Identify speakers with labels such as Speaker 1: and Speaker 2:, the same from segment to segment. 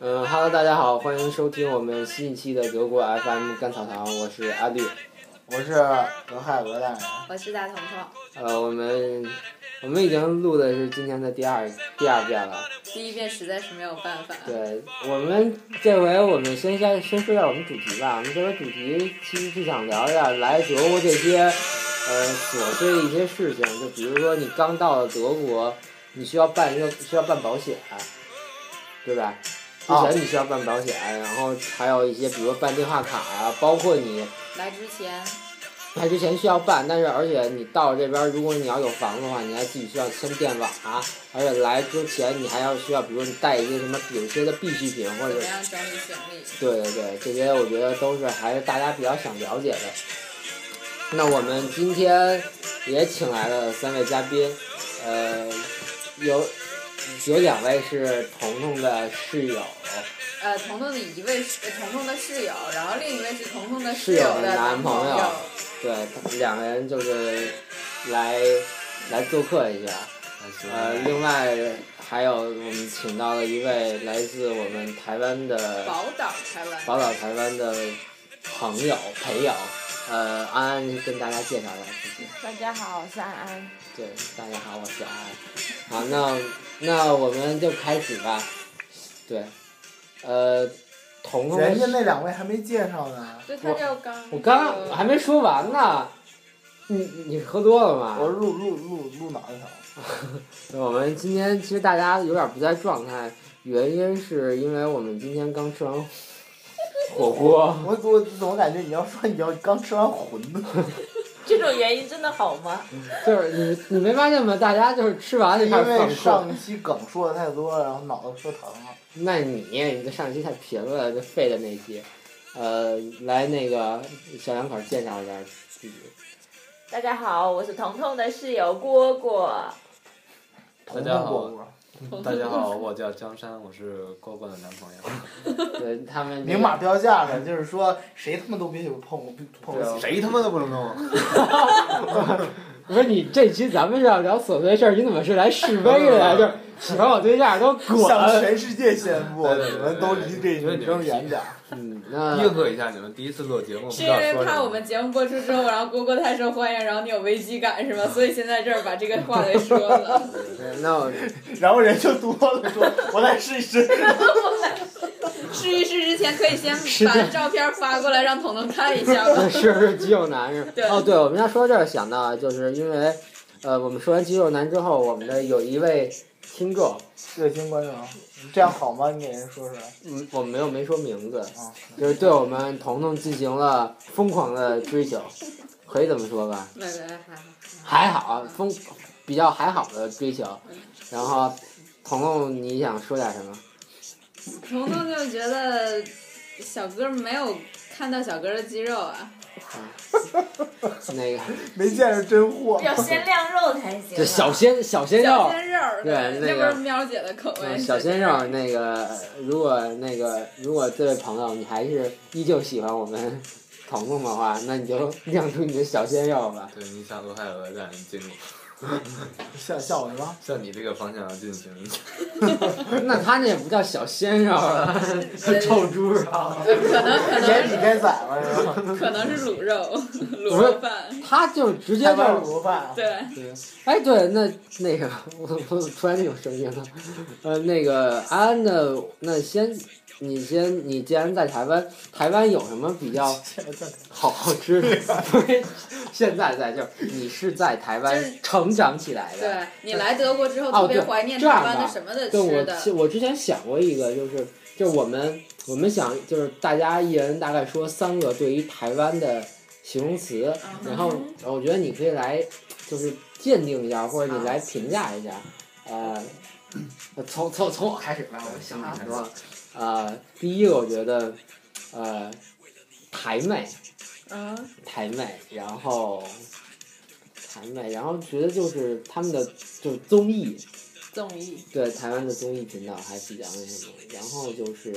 Speaker 1: 嗯哈喽，大家好，欢迎收听我们新一期的德国 FM 甘草堂，我是阿绿。
Speaker 2: 我是俄亥俄大人，
Speaker 3: 我是大彤彤，
Speaker 1: 呃，我们我们已经录的是今天的第二第二遍了。
Speaker 3: 第一遍实在是没有办法。
Speaker 1: 对我们这回，我们先先先说一下我们主题吧。我们这回主题其实是想聊一下来德国这些呃琐碎的一些事情，就比如说你刚到德国，你需要办一个需要办保险，对吧？之
Speaker 2: 啊
Speaker 1: 前你需要办保险，然后还有一些比如说办电话卡呀、包括你
Speaker 3: 来之前，
Speaker 1: 来之前需要办，但是而且你到这边，如果你要有房子的话，你还自己需要签电网啊，而且来之前你还要需要，比如你带一些什么有一些的必需品或
Speaker 3: 怎
Speaker 1: 者
Speaker 3: 么样整理行李？
Speaker 1: 对对对，这些我觉得都是还是大家比较想了解的。那我们今天也请来了三位嘉宾，呃，有有两位是彤彤的室友，
Speaker 3: 呃，彤彤的一位是呃彤彤的室友，然后另一位是彤彤的
Speaker 1: 室
Speaker 3: 室
Speaker 1: 友
Speaker 3: 友
Speaker 1: 的
Speaker 3: 的
Speaker 1: 男朋
Speaker 3: 朋
Speaker 1: 友对，他们两个人就是来来做客一下。呃，另外还有我们请到了一位来自我们台湾的
Speaker 3: 宝岛台湾。
Speaker 1: 宝岛台湾的朋友朋友，呃，安安跟大家介绍一下自己。
Speaker 4: 大家好，我是安安。
Speaker 1: 对，大家好，我是安安。好，那那我们就开始吧。对，呃，彤彤，
Speaker 2: 人家那两位还没介绍呢。
Speaker 3: 对，他叫刚。
Speaker 1: 我刚还没说完呢，你你喝多了吗？
Speaker 2: 我录录录录脑袋疼，
Speaker 1: 对我们今天其实大家有点不在状态，原因是因为我们今天刚吃完火锅。
Speaker 2: 我我怎么感觉你要说你要刚吃完馄饨？
Speaker 4: 这种原因真的好吗？
Speaker 1: 就是你你没发现吗？大家就是吃完就
Speaker 2: 因
Speaker 1: 开始放
Speaker 2: 为
Speaker 1: 空。
Speaker 2: 上期梗说的太多了，然后脑子说疼了。
Speaker 1: 那你你这上期太贫了，就废的那期。呃，来那个小两口介绍一下自己。
Speaker 4: 大家好，我是彤彤的室友蝈蝈。
Speaker 5: 大家好
Speaker 2: 红红火 火
Speaker 5: 大家好，我叫江山，我是蝈蝈的男朋友。
Speaker 1: 对他们
Speaker 2: 明码标价的，就是说谁他妈都别许碰我，碰我。
Speaker 5: 谁他妈都不能啊动！
Speaker 1: 不是你这期咱们是要聊琐碎事儿，你怎么是来示威的 呀？就是喜欢我对象都
Speaker 2: 向
Speaker 1: 滚。
Speaker 2: 全世界宣布，
Speaker 5: 对对对
Speaker 2: 你们都离这女生远点儿。
Speaker 1: 嗯，那
Speaker 5: 应和一下，你们第一次做节目，不
Speaker 3: 是
Speaker 5: 知
Speaker 3: 因
Speaker 5: 道
Speaker 3: 为
Speaker 5: 说什
Speaker 3: 怕我
Speaker 5: 么。
Speaker 3: 们节目播出之后，然后蝈蝈太受欢迎，然后你有危机感是吗？所以现在这儿把这个话给说了。
Speaker 1: 对那我
Speaker 2: 然后人就多了，说我来试一试。
Speaker 3: 试一试之前可以 先
Speaker 1: 是
Speaker 3: 把
Speaker 1: 的
Speaker 3: 照片发过来让彤彤看一下 吗？
Speaker 1: 是不是肌肉男是吧？
Speaker 3: 对
Speaker 1: 哦，对，我们要说到这儿想到，就是因为，呃，我们说完肌肉男之后，我们的有一位听众，
Speaker 2: 热心观众，这样好吗？你给人说出啊来
Speaker 1: 嗯，我没有没说名字，
Speaker 2: 啊。
Speaker 1: 就是对我们彤彤进行了疯狂的追求，可以这么说吧？
Speaker 3: 没没没还
Speaker 1: 还
Speaker 3: 好。
Speaker 1: 好，啊疯比较还好的追求。然后，彤彤，你想说点什么？
Speaker 3: 彤彤就觉得小哥没有看到小哥的肌肉啊，
Speaker 1: 那个，
Speaker 2: 没见着真货。
Speaker 4: 要先晾肉才行
Speaker 1: 就小鲜小鲜肉
Speaker 3: 小。鲜肉儿，
Speaker 1: 对那
Speaker 3: 这
Speaker 1: 个
Speaker 3: 不是喵姐的口味。
Speaker 1: 嗯，小鲜 肉，那个，如果那个，如果这位朋友你还是依旧喜欢我们 彤彤的话，那你就 亮出你的小鲜肉吧。
Speaker 5: 对，你向俄亥俄让人进入，
Speaker 2: 像像我什么？
Speaker 5: 向你这个方向进行。
Speaker 1: 那他那也不叫小鲜肉啊 了，是臭猪肉。
Speaker 3: 可能可
Speaker 2: 给你
Speaker 3: 能
Speaker 2: 该宰了是 吧？
Speaker 3: 可能是卤肉，卤肉饭，
Speaker 1: 他就直接
Speaker 2: 台湾
Speaker 1: 就，
Speaker 2: 卤肉饭。
Speaker 3: 对，
Speaker 1: 哎，对，那那个，我我突然就有声音了，呃，那个安安的，那先，你先，你既然在台湾，台湾有什么比较好好吃的？ 不是，现在在就是你是在台
Speaker 3: 就
Speaker 1: 湾
Speaker 3: 是
Speaker 1: 成长起来的。
Speaker 3: 对你来德国之后
Speaker 1: 哦
Speaker 3: 特别
Speaker 1: 对
Speaker 3: 怀念
Speaker 1: 这
Speaker 3: 台
Speaker 1: 样
Speaker 3: 湾
Speaker 1: 吧
Speaker 3: 的什么的
Speaker 1: 对，
Speaker 3: 吃
Speaker 1: 我
Speaker 3: 的
Speaker 1: 其，我之前想过一个，就是就是我们我们想就是大家一人大概说三个对于台湾的形容词，
Speaker 3: 嗯
Speaker 1: 然后我觉得你可以来就是鉴定一下，或者你来评价一下，呃，从从从我开始吧，我想了很多了，呃，第一个我觉得呃台妹
Speaker 3: 嗯，
Speaker 1: 台妹，然后台妹，然后觉得就是他们的就是综艺。
Speaker 3: 综艺，
Speaker 1: 对台湾的综艺频道还比较那什么，然后就是，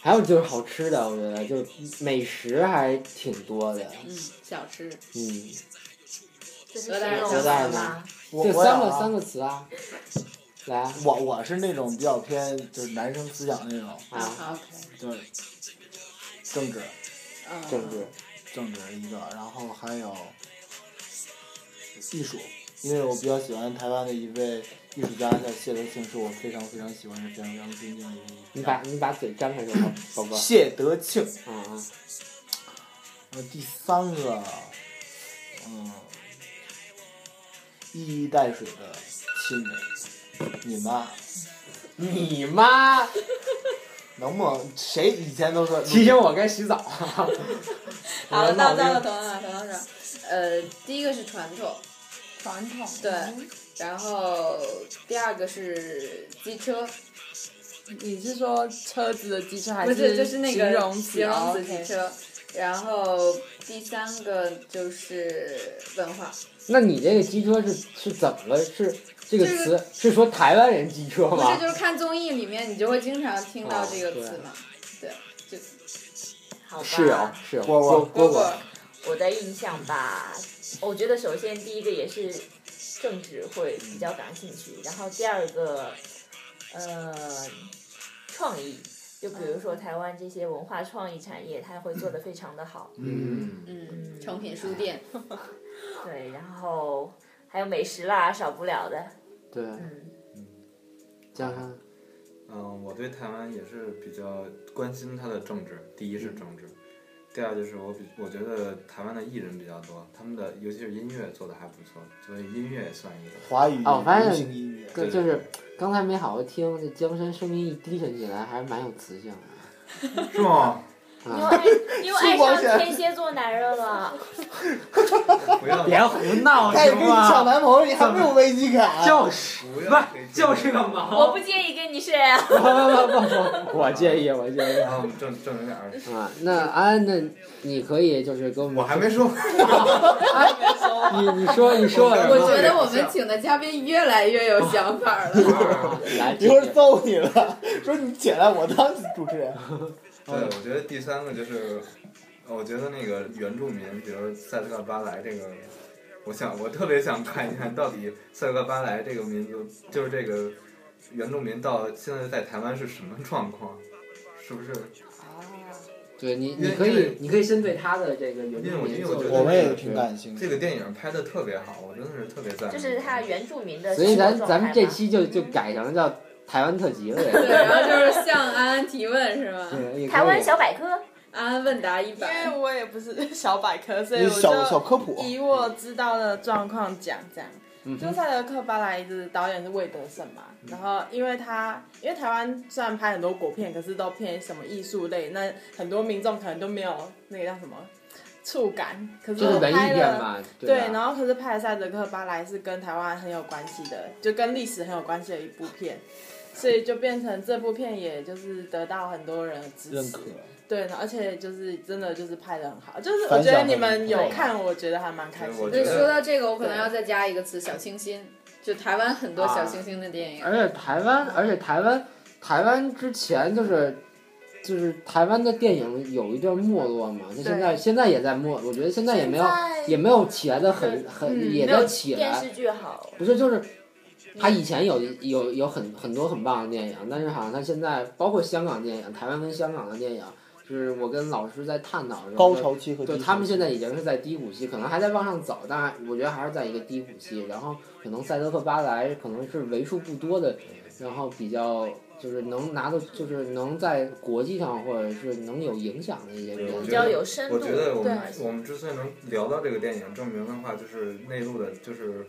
Speaker 1: 还有就是好吃的，我觉得就是美食还挺多的，
Speaker 3: 嗯，小吃，
Speaker 1: 嗯，
Speaker 4: 这
Speaker 3: 鹅蛋
Speaker 4: 是
Speaker 1: 鹅蛋吗
Speaker 4: 吗？
Speaker 2: 我
Speaker 1: 就
Speaker 2: 我
Speaker 1: 三
Speaker 2: 想
Speaker 1: 个
Speaker 2: 啊
Speaker 1: 三个词啊，来啊
Speaker 2: 我我是那种比较偏就是男生思想那种，
Speaker 1: 啊，
Speaker 3: 啊，OK，
Speaker 2: 就是政治
Speaker 3: 嗯，
Speaker 1: 政治，
Speaker 2: 政治一个，然后还有艺术，因为我比较喜欢台湾的一位艺术家叫谢德庆，是我非常非常喜欢也非常非常尊敬的一位艺术
Speaker 1: 你把
Speaker 2: 家。
Speaker 1: 你把嘴张开说吧，宝宝。
Speaker 2: 谢德庆，
Speaker 1: 啊啊，
Speaker 2: 然呃后第三个，嗯，一衣带水的亲人，你啊妈
Speaker 1: 你妈！
Speaker 2: 能不能谁以前都说
Speaker 1: 提醒我该洗澡。
Speaker 3: 好了，
Speaker 1: 我的脑
Speaker 3: 到到了，
Speaker 1: 袋
Speaker 3: 等等等等等，呃，第一个是传统，
Speaker 4: 传统
Speaker 3: 对，然后第二个是机车，
Speaker 4: 你是说车子的机车还
Speaker 3: 不是就是那个
Speaker 4: 形容词？
Speaker 3: 形容词
Speaker 4: 哦
Speaker 3: 机
Speaker 4: ，OK
Speaker 3: 车，然后第三个就是文化，
Speaker 1: 那你这个机车是是怎么了？是这个
Speaker 3: 就是
Speaker 1: 词是说台湾人机车
Speaker 3: 不是
Speaker 1: 吗？
Speaker 3: 就是看综艺里面你就会经常听到这个词嘛，对，就
Speaker 4: 好吧。
Speaker 1: 是啊有是有，
Speaker 2: 蝈蝈
Speaker 1: 蝈
Speaker 3: 蝈
Speaker 1: 蝈
Speaker 3: 蝈。
Speaker 4: 我的印象吧，我觉得首先第一个也是政治会比较感兴趣，然后第二个，呃，创意，就比如说台湾这些文化创意产业，它会做得非常的好。
Speaker 5: 嗯，
Speaker 3: 嗯，诚品书店，
Speaker 4: 对，然后还有美食啦，少不了的。
Speaker 1: 对，
Speaker 4: 嗯，
Speaker 1: 江山
Speaker 5: 嗯，我对台湾也是比较关心它的政治，第一是政治，第二就是我比我觉得台湾的艺人比较多，他们的尤其是音乐做的还不错，所以音乐也算一个。
Speaker 2: 华语
Speaker 1: 哦我发现
Speaker 2: 流行音乐，
Speaker 1: 对
Speaker 5: 对，
Speaker 1: 就是刚才没好好听，这江山声音一低沉起来，还是蛮有磁性
Speaker 5: 是
Speaker 1: 的。
Speaker 5: 吗？
Speaker 4: 因
Speaker 1: 啊，
Speaker 4: 为因为爱
Speaker 2: 苏光贤
Speaker 4: 上天蝎座男人了，
Speaker 5: 不 要
Speaker 1: 别胡闹
Speaker 2: 他也跟
Speaker 1: 行
Speaker 2: 你抢
Speaker 1: 吗？
Speaker 2: 男朋友，你还没有危机感。啊
Speaker 1: 就是
Speaker 5: 不
Speaker 1: 不
Speaker 5: 要
Speaker 1: 是就是个毛。
Speaker 4: 我不介意跟你睡啊。
Speaker 1: 不不不不，我介意，我介意。
Speaker 5: 然后我们嗯正正有点儿，
Speaker 1: 啊，那安，那你可以就是跟我
Speaker 5: 我
Speaker 1: 们，
Speaker 5: 还没说，
Speaker 1: 你你说你说
Speaker 5: 我
Speaker 1: 什
Speaker 3: 我
Speaker 1: 么？
Speaker 3: 觉得啊我们请的嘉宾越来越有想法了。
Speaker 1: 啊来，
Speaker 2: 一会儿揍你了，说你起来，我当主持人。
Speaker 5: 对，我觉得第三个就是，我觉得那个原住民，比如塞特克巴莱这个，我想我特别想看一看到底塞特克巴莱这个民族，就是这个原住民到现在在台湾是什么状况，是不是？
Speaker 1: 对你，
Speaker 5: 因为
Speaker 1: 你可
Speaker 5: 因
Speaker 1: 以
Speaker 5: 为，
Speaker 1: 你可以先对他的这个有
Speaker 5: 因为我因为我觉得
Speaker 2: 我们也挺感兴
Speaker 5: 这
Speaker 2: 趣。
Speaker 5: 个电影拍的特别好，我真的是特别赞。
Speaker 4: 就是他原住民的
Speaker 1: 所以
Speaker 4: 生活
Speaker 1: 咱
Speaker 4: 状态嘛。
Speaker 1: 咱们这期就就改成叫台湾特辑了也
Speaker 3: 对，
Speaker 1: 是，
Speaker 3: 然后就是向安安提问是吗？
Speaker 1: 对也可以
Speaker 4: 台湾小百科，
Speaker 3: 安安问答一
Speaker 6: 因为
Speaker 3: 百。
Speaker 6: 我也不是小百科，所以
Speaker 2: 你
Speaker 6: 我
Speaker 2: 小小
Speaker 6: 就
Speaker 2: 科普，
Speaker 6: 以我知道的状况讲这样。
Speaker 1: 嗯
Speaker 6: 就
Speaker 1: 哼
Speaker 6: 塞德克巴莱的导演是魏德圣嘛，然后因为他因为台湾虽然拍很多国片，可是都偏什么艺术类，那很多民众可能都没有那个叫什么触感，可是
Speaker 1: 就是文艺
Speaker 6: 拍
Speaker 1: 片
Speaker 6: 了
Speaker 1: 嘛，
Speaker 6: 对，
Speaker 1: 吧？
Speaker 6: 然后可是拍的《赛德克巴莱》是跟台湾很有关系的，就跟历史很有关系的一部片，所以就变成这部片也就是得到很多人的支持。
Speaker 2: 认可。
Speaker 6: 对，然后而且就是真的就是拍的很好，就是我
Speaker 2: 反
Speaker 6: 觉
Speaker 2: 响
Speaker 6: 得
Speaker 2: 很
Speaker 6: 你们有
Speaker 4: 好
Speaker 6: 看，我觉得还蛮开
Speaker 5: 对
Speaker 6: 心
Speaker 5: 我
Speaker 6: 的。
Speaker 5: 觉
Speaker 3: 对，
Speaker 5: 得
Speaker 3: 说到这个，我可能要再加一个词，小清新。就台湾很多小清新的电影，
Speaker 1: 而且台湾，而且台湾，台湾之前就是。就是台湾的电影有一段没落嘛，就现在现在也在没，我觉得现在也没有也没有起来的很很
Speaker 6: 嗯
Speaker 1: 也
Speaker 4: 没有
Speaker 1: 在起
Speaker 4: 电
Speaker 1: 来，
Speaker 4: 视剧好。
Speaker 1: 不是，就是他以前有有有很很多很棒的电影，但是好像他现在包括香港电影，台湾跟香港的电影，就是我跟老师在探讨的时候，
Speaker 2: 高潮期和低
Speaker 1: 对
Speaker 2: 潮
Speaker 1: 他们
Speaker 2: 期
Speaker 1: 现在已经是在低谷期，可能还在往上走，但还我觉得还是在一个低谷期。然后可能赛德克巴莱可能是为数不多的，然后比较就是能拿到，就是能在国际上或者是能有影响的一些
Speaker 5: 对
Speaker 1: 电
Speaker 5: 我
Speaker 1: 影
Speaker 4: 比
Speaker 5: 觉
Speaker 4: 较
Speaker 5: 得
Speaker 4: 有深度。
Speaker 5: 我觉得我们
Speaker 6: 对
Speaker 5: 我们之所以能聊到这个电影，证明的话就是内陆的，就是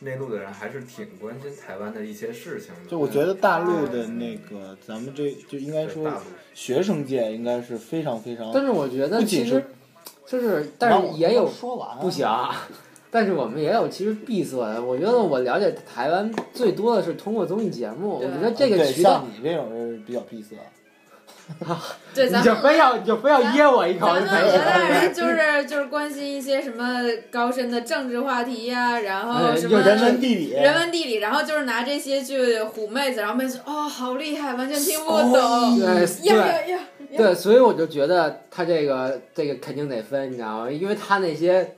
Speaker 5: 内陆的人还是挺关心台湾的一些事情的。
Speaker 2: 就我觉得大陆的那个，咱们这就应该
Speaker 5: 对大
Speaker 2: 说
Speaker 5: 陆，
Speaker 2: 学生界应该是非常非常。
Speaker 1: 但是我觉得
Speaker 2: 不
Speaker 1: 其
Speaker 2: 仅
Speaker 1: 实
Speaker 2: 是，
Speaker 1: 就是但是也有
Speaker 2: 说完
Speaker 1: 不行啊。但是我们也有其实闭塞的，我觉得我了解台湾最多的是通过综艺节目，我
Speaker 3: 对
Speaker 1: 觉得这个
Speaker 2: 嗯对
Speaker 1: 渠道
Speaker 2: 像你这种人比较闭塞。
Speaker 3: 对，
Speaker 1: 你
Speaker 3: 咱
Speaker 1: 就
Speaker 3: 们
Speaker 1: 非要你就非要噎我一口，
Speaker 3: 咱
Speaker 1: 就
Speaker 3: 们
Speaker 1: 没
Speaker 3: 河
Speaker 1: 辙
Speaker 3: 南人就是就是关心一些什么高深的政治话题呀、然后
Speaker 1: 嗯
Speaker 3: 什
Speaker 1: 有
Speaker 3: 么
Speaker 2: 人文地理，
Speaker 3: 人文地理，然后就是拿这些去唬妹子，然后妹子哦好厉害，完全听不懂，
Speaker 1: 对
Speaker 3: 呀
Speaker 1: 对
Speaker 3: 呀呀！
Speaker 1: 对，所以我就觉得他这个这个肯定得分，你知道吗？因为他那些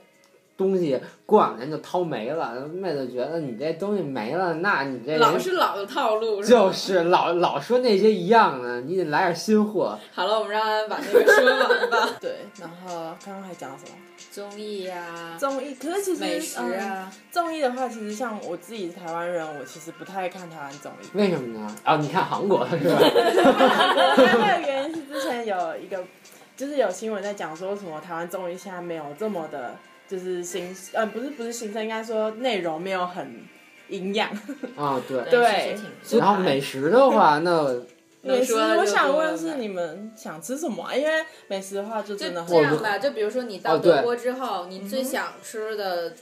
Speaker 1: 东西过两年就掏没了，妹子觉得你这东西没了，那你这
Speaker 3: 老
Speaker 1: 人
Speaker 3: 是老的套路。是吧
Speaker 1: 就是老老说那些一样的，你得来点新货。
Speaker 3: 好了，我们让安安把那个说完吧。
Speaker 6: 对，然后刚刚还讲了什么？
Speaker 3: 综艺 呀、
Speaker 6: 综艺，可是其实
Speaker 3: 美食
Speaker 6: 嗯
Speaker 3: 啊，
Speaker 6: 综艺的话，其实像我自己是台湾人，我其实不太看台湾综艺。
Speaker 1: 为什么呢？啊、你看韩国是吧？
Speaker 6: 还有一个原因是之前有一个，就是有新闻在讲说什么台湾综艺现在没有这么的，就是新，呃，不是不是新生，应该说内容没有很营养。
Speaker 1: 啊、对。
Speaker 6: 对
Speaker 4: 是
Speaker 1: 然后美食的话，那
Speaker 6: 美食，
Speaker 3: 能说的就
Speaker 6: 我想
Speaker 3: 多
Speaker 6: 问
Speaker 3: 了
Speaker 6: 是
Speaker 3: 吧
Speaker 6: 你们想吃什么啊、因为美食的话就
Speaker 3: 就
Speaker 6: 真的
Speaker 3: 这
Speaker 6: 很
Speaker 3: 样吧，就比如说你
Speaker 1: 哦
Speaker 3: 到
Speaker 1: 对
Speaker 3: 德国之后，你最想吃的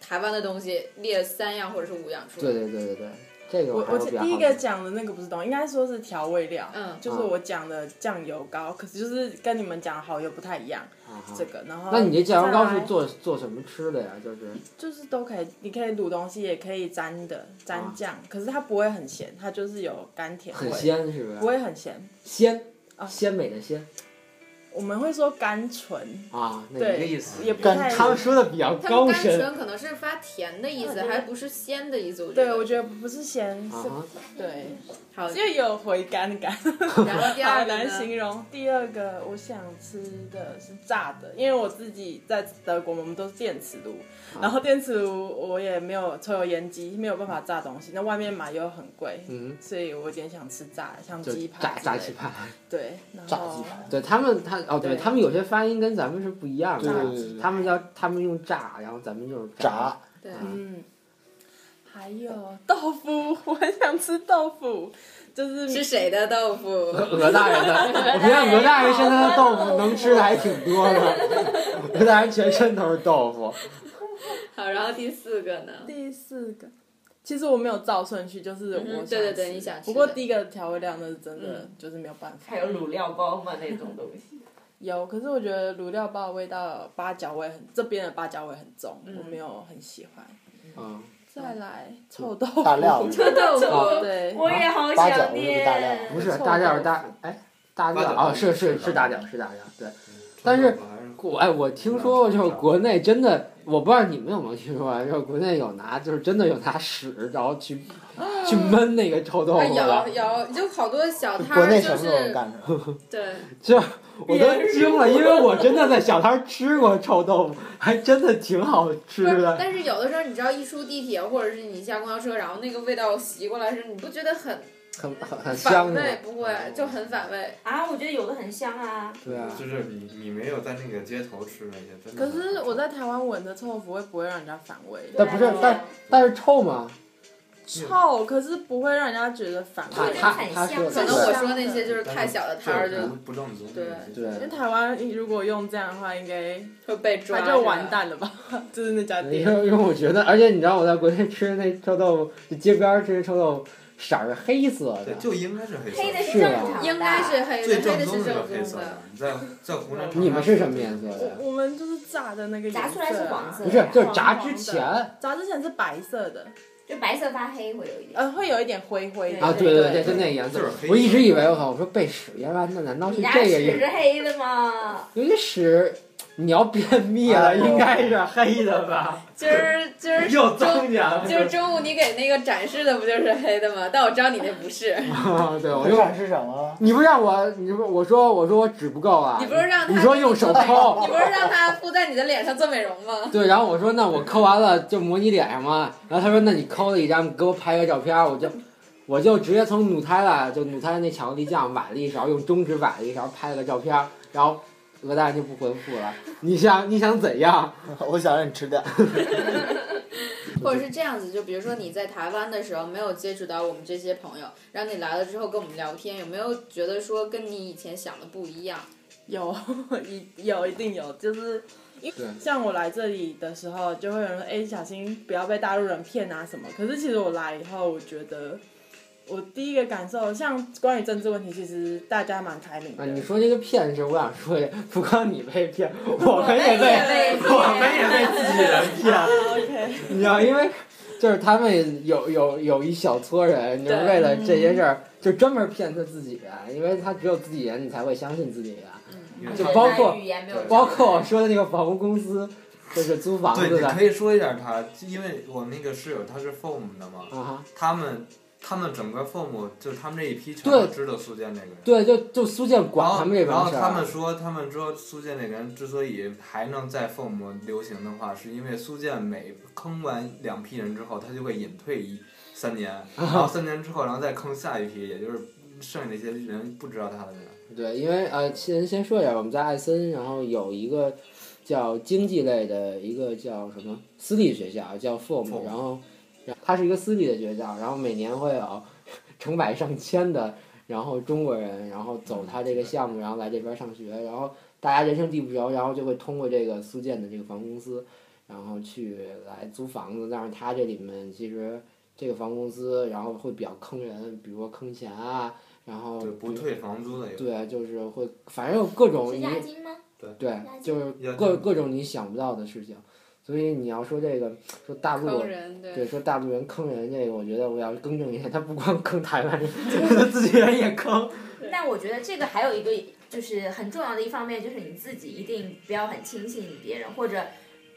Speaker 3: 台湾的东西列三样或者是五样出
Speaker 1: 对
Speaker 3: 来。
Speaker 1: 对对对对，这个
Speaker 6: 我
Speaker 1: 还
Speaker 6: 我
Speaker 1: 是比较
Speaker 6: 第一
Speaker 1: 好
Speaker 6: 个
Speaker 1: 奇
Speaker 6: 讲的那个不是东西，应该说是调味料，
Speaker 3: 嗯
Speaker 6: 就是我讲的酱油膏，可是就是跟你们讲的蚝油不太一样，
Speaker 1: 啊哈
Speaker 6: 这个，然后
Speaker 1: 那你这酱油膏
Speaker 6: 再
Speaker 1: 是
Speaker 6: 来
Speaker 1: 做做什么吃的呀？就是
Speaker 6: 就是都可以，你可以卤东西，也可以沾的沾酱，可是它不会很咸，它就是有甘甜味，
Speaker 1: 啊很鲜是
Speaker 6: 不
Speaker 1: 不是？
Speaker 6: 会很咸。
Speaker 1: 鲜
Speaker 6: 啊
Speaker 1: 鲜美的鲜
Speaker 6: 我们会说甘醇，
Speaker 1: 啊，那一个意
Speaker 6: 对
Speaker 1: 思，。啊
Speaker 6: 也不太
Speaker 1: 他们说的比较
Speaker 3: 他们
Speaker 1: 高
Speaker 3: 甘
Speaker 1: 深
Speaker 3: 醇可能是发甜的意
Speaker 4: 我
Speaker 3: 思，
Speaker 4: 觉得
Speaker 3: 还不是鲜的意思。我觉
Speaker 6: 对，
Speaker 3: 得
Speaker 6: 我觉得不是咸，
Speaker 1: 嗯啊
Speaker 6: 是
Speaker 1: 哈，
Speaker 6: 对，
Speaker 3: 好。
Speaker 6: 因为有回甘感，
Speaker 3: 然后第
Speaker 6: 好
Speaker 3: 二个
Speaker 6: 难
Speaker 3: 呢，
Speaker 6: 形容。第二个我想吃的是炸的，因为我自己在德国，我们都是电磁炉，然后电磁炉我也没有抽油烟机，没有办法炸东西，那外面买又很贵，
Speaker 1: 嗯，
Speaker 6: 所以我有点想吃炸的，像
Speaker 1: 就
Speaker 6: 鸡
Speaker 1: 炸
Speaker 6: 排之类的，
Speaker 1: 炸鸡排，
Speaker 6: 对，然后
Speaker 2: 炸鸡排，
Speaker 1: 对他们他哦，对
Speaker 6: 对
Speaker 1: 他们有些发音跟咱们是不一样
Speaker 2: 对
Speaker 1: 的，
Speaker 2: 对对对，
Speaker 1: 他们叫他们用炸，然后咱们就是
Speaker 2: 炸，
Speaker 3: 对，
Speaker 6: 嗯，还有豆腐， 我很想吃豆腐，就是
Speaker 3: 是谁的豆腐？
Speaker 1: 俄大人 的，我觉得俄大人现在的豆腐能吃的还挺多的， 俄大人全身都是豆腐。
Speaker 3: 好，然后第四个呢？
Speaker 6: 第四个。其实我没有照顺序，就是我
Speaker 3: 嗯哼
Speaker 6: 想
Speaker 3: 对对对
Speaker 6: 吃
Speaker 3: 你想吃
Speaker 6: 不过
Speaker 3: 的
Speaker 6: 第一个调味料那是真的
Speaker 3: 嗯，
Speaker 6: 就是没有办法
Speaker 4: 还。有卤料包嘛那种东西，
Speaker 6: 有，可是我觉得卤料包的味道，八角味很这边的八角味很重，
Speaker 3: 嗯
Speaker 6: 我没有很喜欢。
Speaker 1: 嗯，
Speaker 6: 再来臭豆腐，
Speaker 2: 大料
Speaker 3: 豆
Speaker 1: 啊
Speaker 3: 腐，
Speaker 6: 对，
Speaker 4: 我也好
Speaker 2: 八角
Speaker 4: 想
Speaker 2: 味不大料
Speaker 1: 不
Speaker 4: 念。
Speaker 1: 是
Speaker 6: 臭
Speaker 1: 大
Speaker 6: 豆
Speaker 1: 料
Speaker 6: 腐
Speaker 1: 大哎大料
Speaker 5: 大料
Speaker 1: 哦，是是
Speaker 5: 是
Speaker 1: 是大
Speaker 5: 大
Speaker 1: 料是大料，对。但是
Speaker 5: 我还是
Speaker 1: 我哎，我听说过，就是国内真的，我不知道你们有没有听说啊，就是国内有拿，就是真的有拿屎，然后去去焖那个臭豆
Speaker 3: 啊
Speaker 1: 腐的，
Speaker 3: 有有，就好多小摊
Speaker 2: 国内
Speaker 3: 儿，
Speaker 2: 什
Speaker 3: 就
Speaker 2: 么都能
Speaker 3: 是
Speaker 2: 干着。
Speaker 3: 对，
Speaker 1: 我都惊了，因为我真的在小摊儿吃过臭豆腐，还真的 挺好吃
Speaker 3: 不是
Speaker 1: 的。
Speaker 3: 但是有的时候你知道，一出地铁或者是你下公交车，然后那个味道袭过来时，你不觉得很
Speaker 1: 很很很
Speaker 3: 反
Speaker 1: 香
Speaker 3: 胃
Speaker 1: 的，？
Speaker 3: 不会，就很反胃。
Speaker 4: 啊，我觉得有的很香啊，
Speaker 1: 对啊，
Speaker 5: 就是你你没有在那个街头吃那些，真的
Speaker 6: 可
Speaker 5: 很
Speaker 6: 是
Speaker 5: 好
Speaker 6: 我在台湾闻的臭腐会不会让人家反胃？
Speaker 1: 但不是
Speaker 4: 对啊
Speaker 1: 但但是臭吗？
Speaker 6: 臭，可是不会让人家觉得反
Speaker 1: 他
Speaker 4: 对
Speaker 6: 胃。
Speaker 1: 他
Speaker 4: 很
Speaker 1: 他
Speaker 4: 香
Speaker 1: 说的对
Speaker 3: 可能我说那些就是太小的摊儿
Speaker 5: 这
Speaker 3: 就
Speaker 5: 不不正宗的
Speaker 3: 对
Speaker 5: 那些，
Speaker 6: 因为
Speaker 1: 对，
Speaker 6: 台湾如果用这样的话，应该
Speaker 3: 会被抓，
Speaker 6: 他就完。蛋了吧？ 就是那家
Speaker 1: 因
Speaker 6: 店，
Speaker 1: 为因为我觉得，而且你知道我在国内吃那臭豆腐，就街边儿吃那臭豆腐，色儿是黑色的
Speaker 5: 对，，就应该是黑
Speaker 4: 黑
Speaker 5: 色
Speaker 4: 的
Speaker 5: 的，
Speaker 1: 啊
Speaker 4: 是正常的，
Speaker 3: 应该是黑的，
Speaker 5: 最
Speaker 3: 黑
Speaker 5: 正
Speaker 3: 的
Speaker 5: 宗
Speaker 3: 是
Speaker 5: 的
Speaker 3: 正
Speaker 5: 黑
Speaker 3: 宗
Speaker 5: 色
Speaker 3: 的。
Speaker 5: 的。你在在湖南，
Speaker 1: 你们是什么颜色的？
Speaker 6: 我我们就是炸的那个
Speaker 4: 炸
Speaker 6: 颜
Speaker 4: 出来是
Speaker 6: 色
Speaker 4: 黄
Speaker 6: 啊，
Speaker 4: 色的，
Speaker 1: 不是，就是炸
Speaker 6: 黄
Speaker 1: 之
Speaker 6: 黄的
Speaker 1: 前
Speaker 6: 炸之前是白色的，
Speaker 4: 就白色发黑会有一点。
Speaker 6: 呃，会有一点灰灰的。
Speaker 1: 啊，对
Speaker 6: 对
Speaker 1: 对，就那个颜
Speaker 5: 就
Speaker 1: 色
Speaker 5: 是。黑色
Speaker 1: 我一直以为我靠，我说被屎淹完的，难道是
Speaker 4: 你
Speaker 1: 这
Speaker 4: 家
Speaker 1: 个
Speaker 4: 屎
Speaker 1: 颜？
Speaker 4: 是黑的吗？
Speaker 1: 有些屎，你要便秘
Speaker 5: 啊
Speaker 1: 了，
Speaker 2: 哎 呦
Speaker 1: 应该 是黑的吧？
Speaker 3: 今儿今儿
Speaker 1: 又
Speaker 3: 中
Speaker 1: 增加了。
Speaker 3: 今儿中午你给那个展示的不就是黑的吗？但我知道你那不是，
Speaker 1: 啊，对，我
Speaker 2: 我
Speaker 1: 就
Speaker 2: 想是什么？
Speaker 1: 你不让我，你不我说我说我纸不够啊，
Speaker 3: 你不是让他
Speaker 1: 你说用手抠
Speaker 3: 你，不是让他敷在你的脸上做美容吗？
Speaker 1: 对，然后我说那我抠完了就抹你脸上嘛，然后他说那你抠了一张，给我拍个照片儿，我就我就直接从努泰拉就努泰拉那巧克力酱崴了一勺，用中指崴了一勺，拍了个照片儿，然后鹅蛋就不回复了。你想你想怎样？
Speaker 2: 我想让你吃 点。
Speaker 3: 或者是这样子，就比如说你在台湾的时候没有接触到我们这些朋友，然后你来了之后跟我们聊天，有没有觉得说跟你以前想的不一样？
Speaker 6: 有 一有一定有，就是因
Speaker 1: 对
Speaker 6: 为像我来这里的时候，就会有人说：“哎、小心不要被大陆人骗啊什么。”可是其实我来以后，我觉得我第一个感受，像关于政治问题，其实大家蛮开明
Speaker 1: 啊，
Speaker 6: 的。
Speaker 1: 你说这个骗是，我想说的，不光你被 骗，我们也
Speaker 3: 也
Speaker 1: 被
Speaker 3: 被
Speaker 1: 我们也被自己人 骗。
Speaker 6: OK，
Speaker 1: 你知道，因为就是他们有有有一小撮人，就是为了这些事儿，就专门骗他自己人，因为他只有自己人，你才会相信自己人。
Speaker 5: 因为
Speaker 1: 就
Speaker 5: 它
Speaker 1: 包括
Speaker 4: 语言没有
Speaker 5: 对
Speaker 1: 包括我说的那个房屋公司，就是租房
Speaker 5: 对，
Speaker 1: 子
Speaker 5: 你
Speaker 1: 的
Speaker 5: 可以说一下他，因为我那个室友他是 FOM 的嘛，
Speaker 1: 啊哈。
Speaker 5: 他们他们整个 FOM 就是他们这一批全
Speaker 1: 对
Speaker 5: 都知道苏建这个人。
Speaker 1: 对，就就苏建
Speaker 5: 然
Speaker 1: 管
Speaker 5: 后
Speaker 1: 他们这
Speaker 5: 然
Speaker 1: 帮
Speaker 5: 后
Speaker 1: 事
Speaker 5: 他
Speaker 1: 儿啊
Speaker 5: 们，说，他们说苏建这个人之所以还能在 FOM 流行的话，是因为苏建每坑完两批人之后，他就会隐退一三 年，然后三年之后，然后再坑下一批，也就是剩下那些人不知道他的人。
Speaker 1: 对，因为呃，先先说一下，我们在艾森，然后有一个叫经济类的一个叫什么私立学校，叫 FOM，
Speaker 5: FOM
Speaker 1: 然后然后它是一个私立的学校，然后每年会有 成百上千的然后中国人，然后走他这个项目，然后来这边上学，然后大家人生地不熟，然后就会通过这个苏建的这个房公司，然后去来租房子，但是他这里面其实这个房公司，然后会比较坑人，比如说坑钱啊。然后
Speaker 5: 对，不
Speaker 1: 比如
Speaker 5: 退房租的也
Speaker 1: 对，就是会，反正有各种
Speaker 7: 是
Speaker 1: 你
Speaker 7: 押金吗？
Speaker 1: 对，就是
Speaker 5: 押
Speaker 1: 各
Speaker 5: 金
Speaker 1: 各种你想不到的事情。所以你要说这个，说大陆
Speaker 3: 坑人
Speaker 1: 对
Speaker 3: 对。
Speaker 1: 说大陆人坑人这个，我觉得我要更正一下，他不光坑台湾人，他自己人也坑。
Speaker 4: 但我觉得这个还有一个就是很重要的一方面，就是你自己一定不要很轻信别人，或者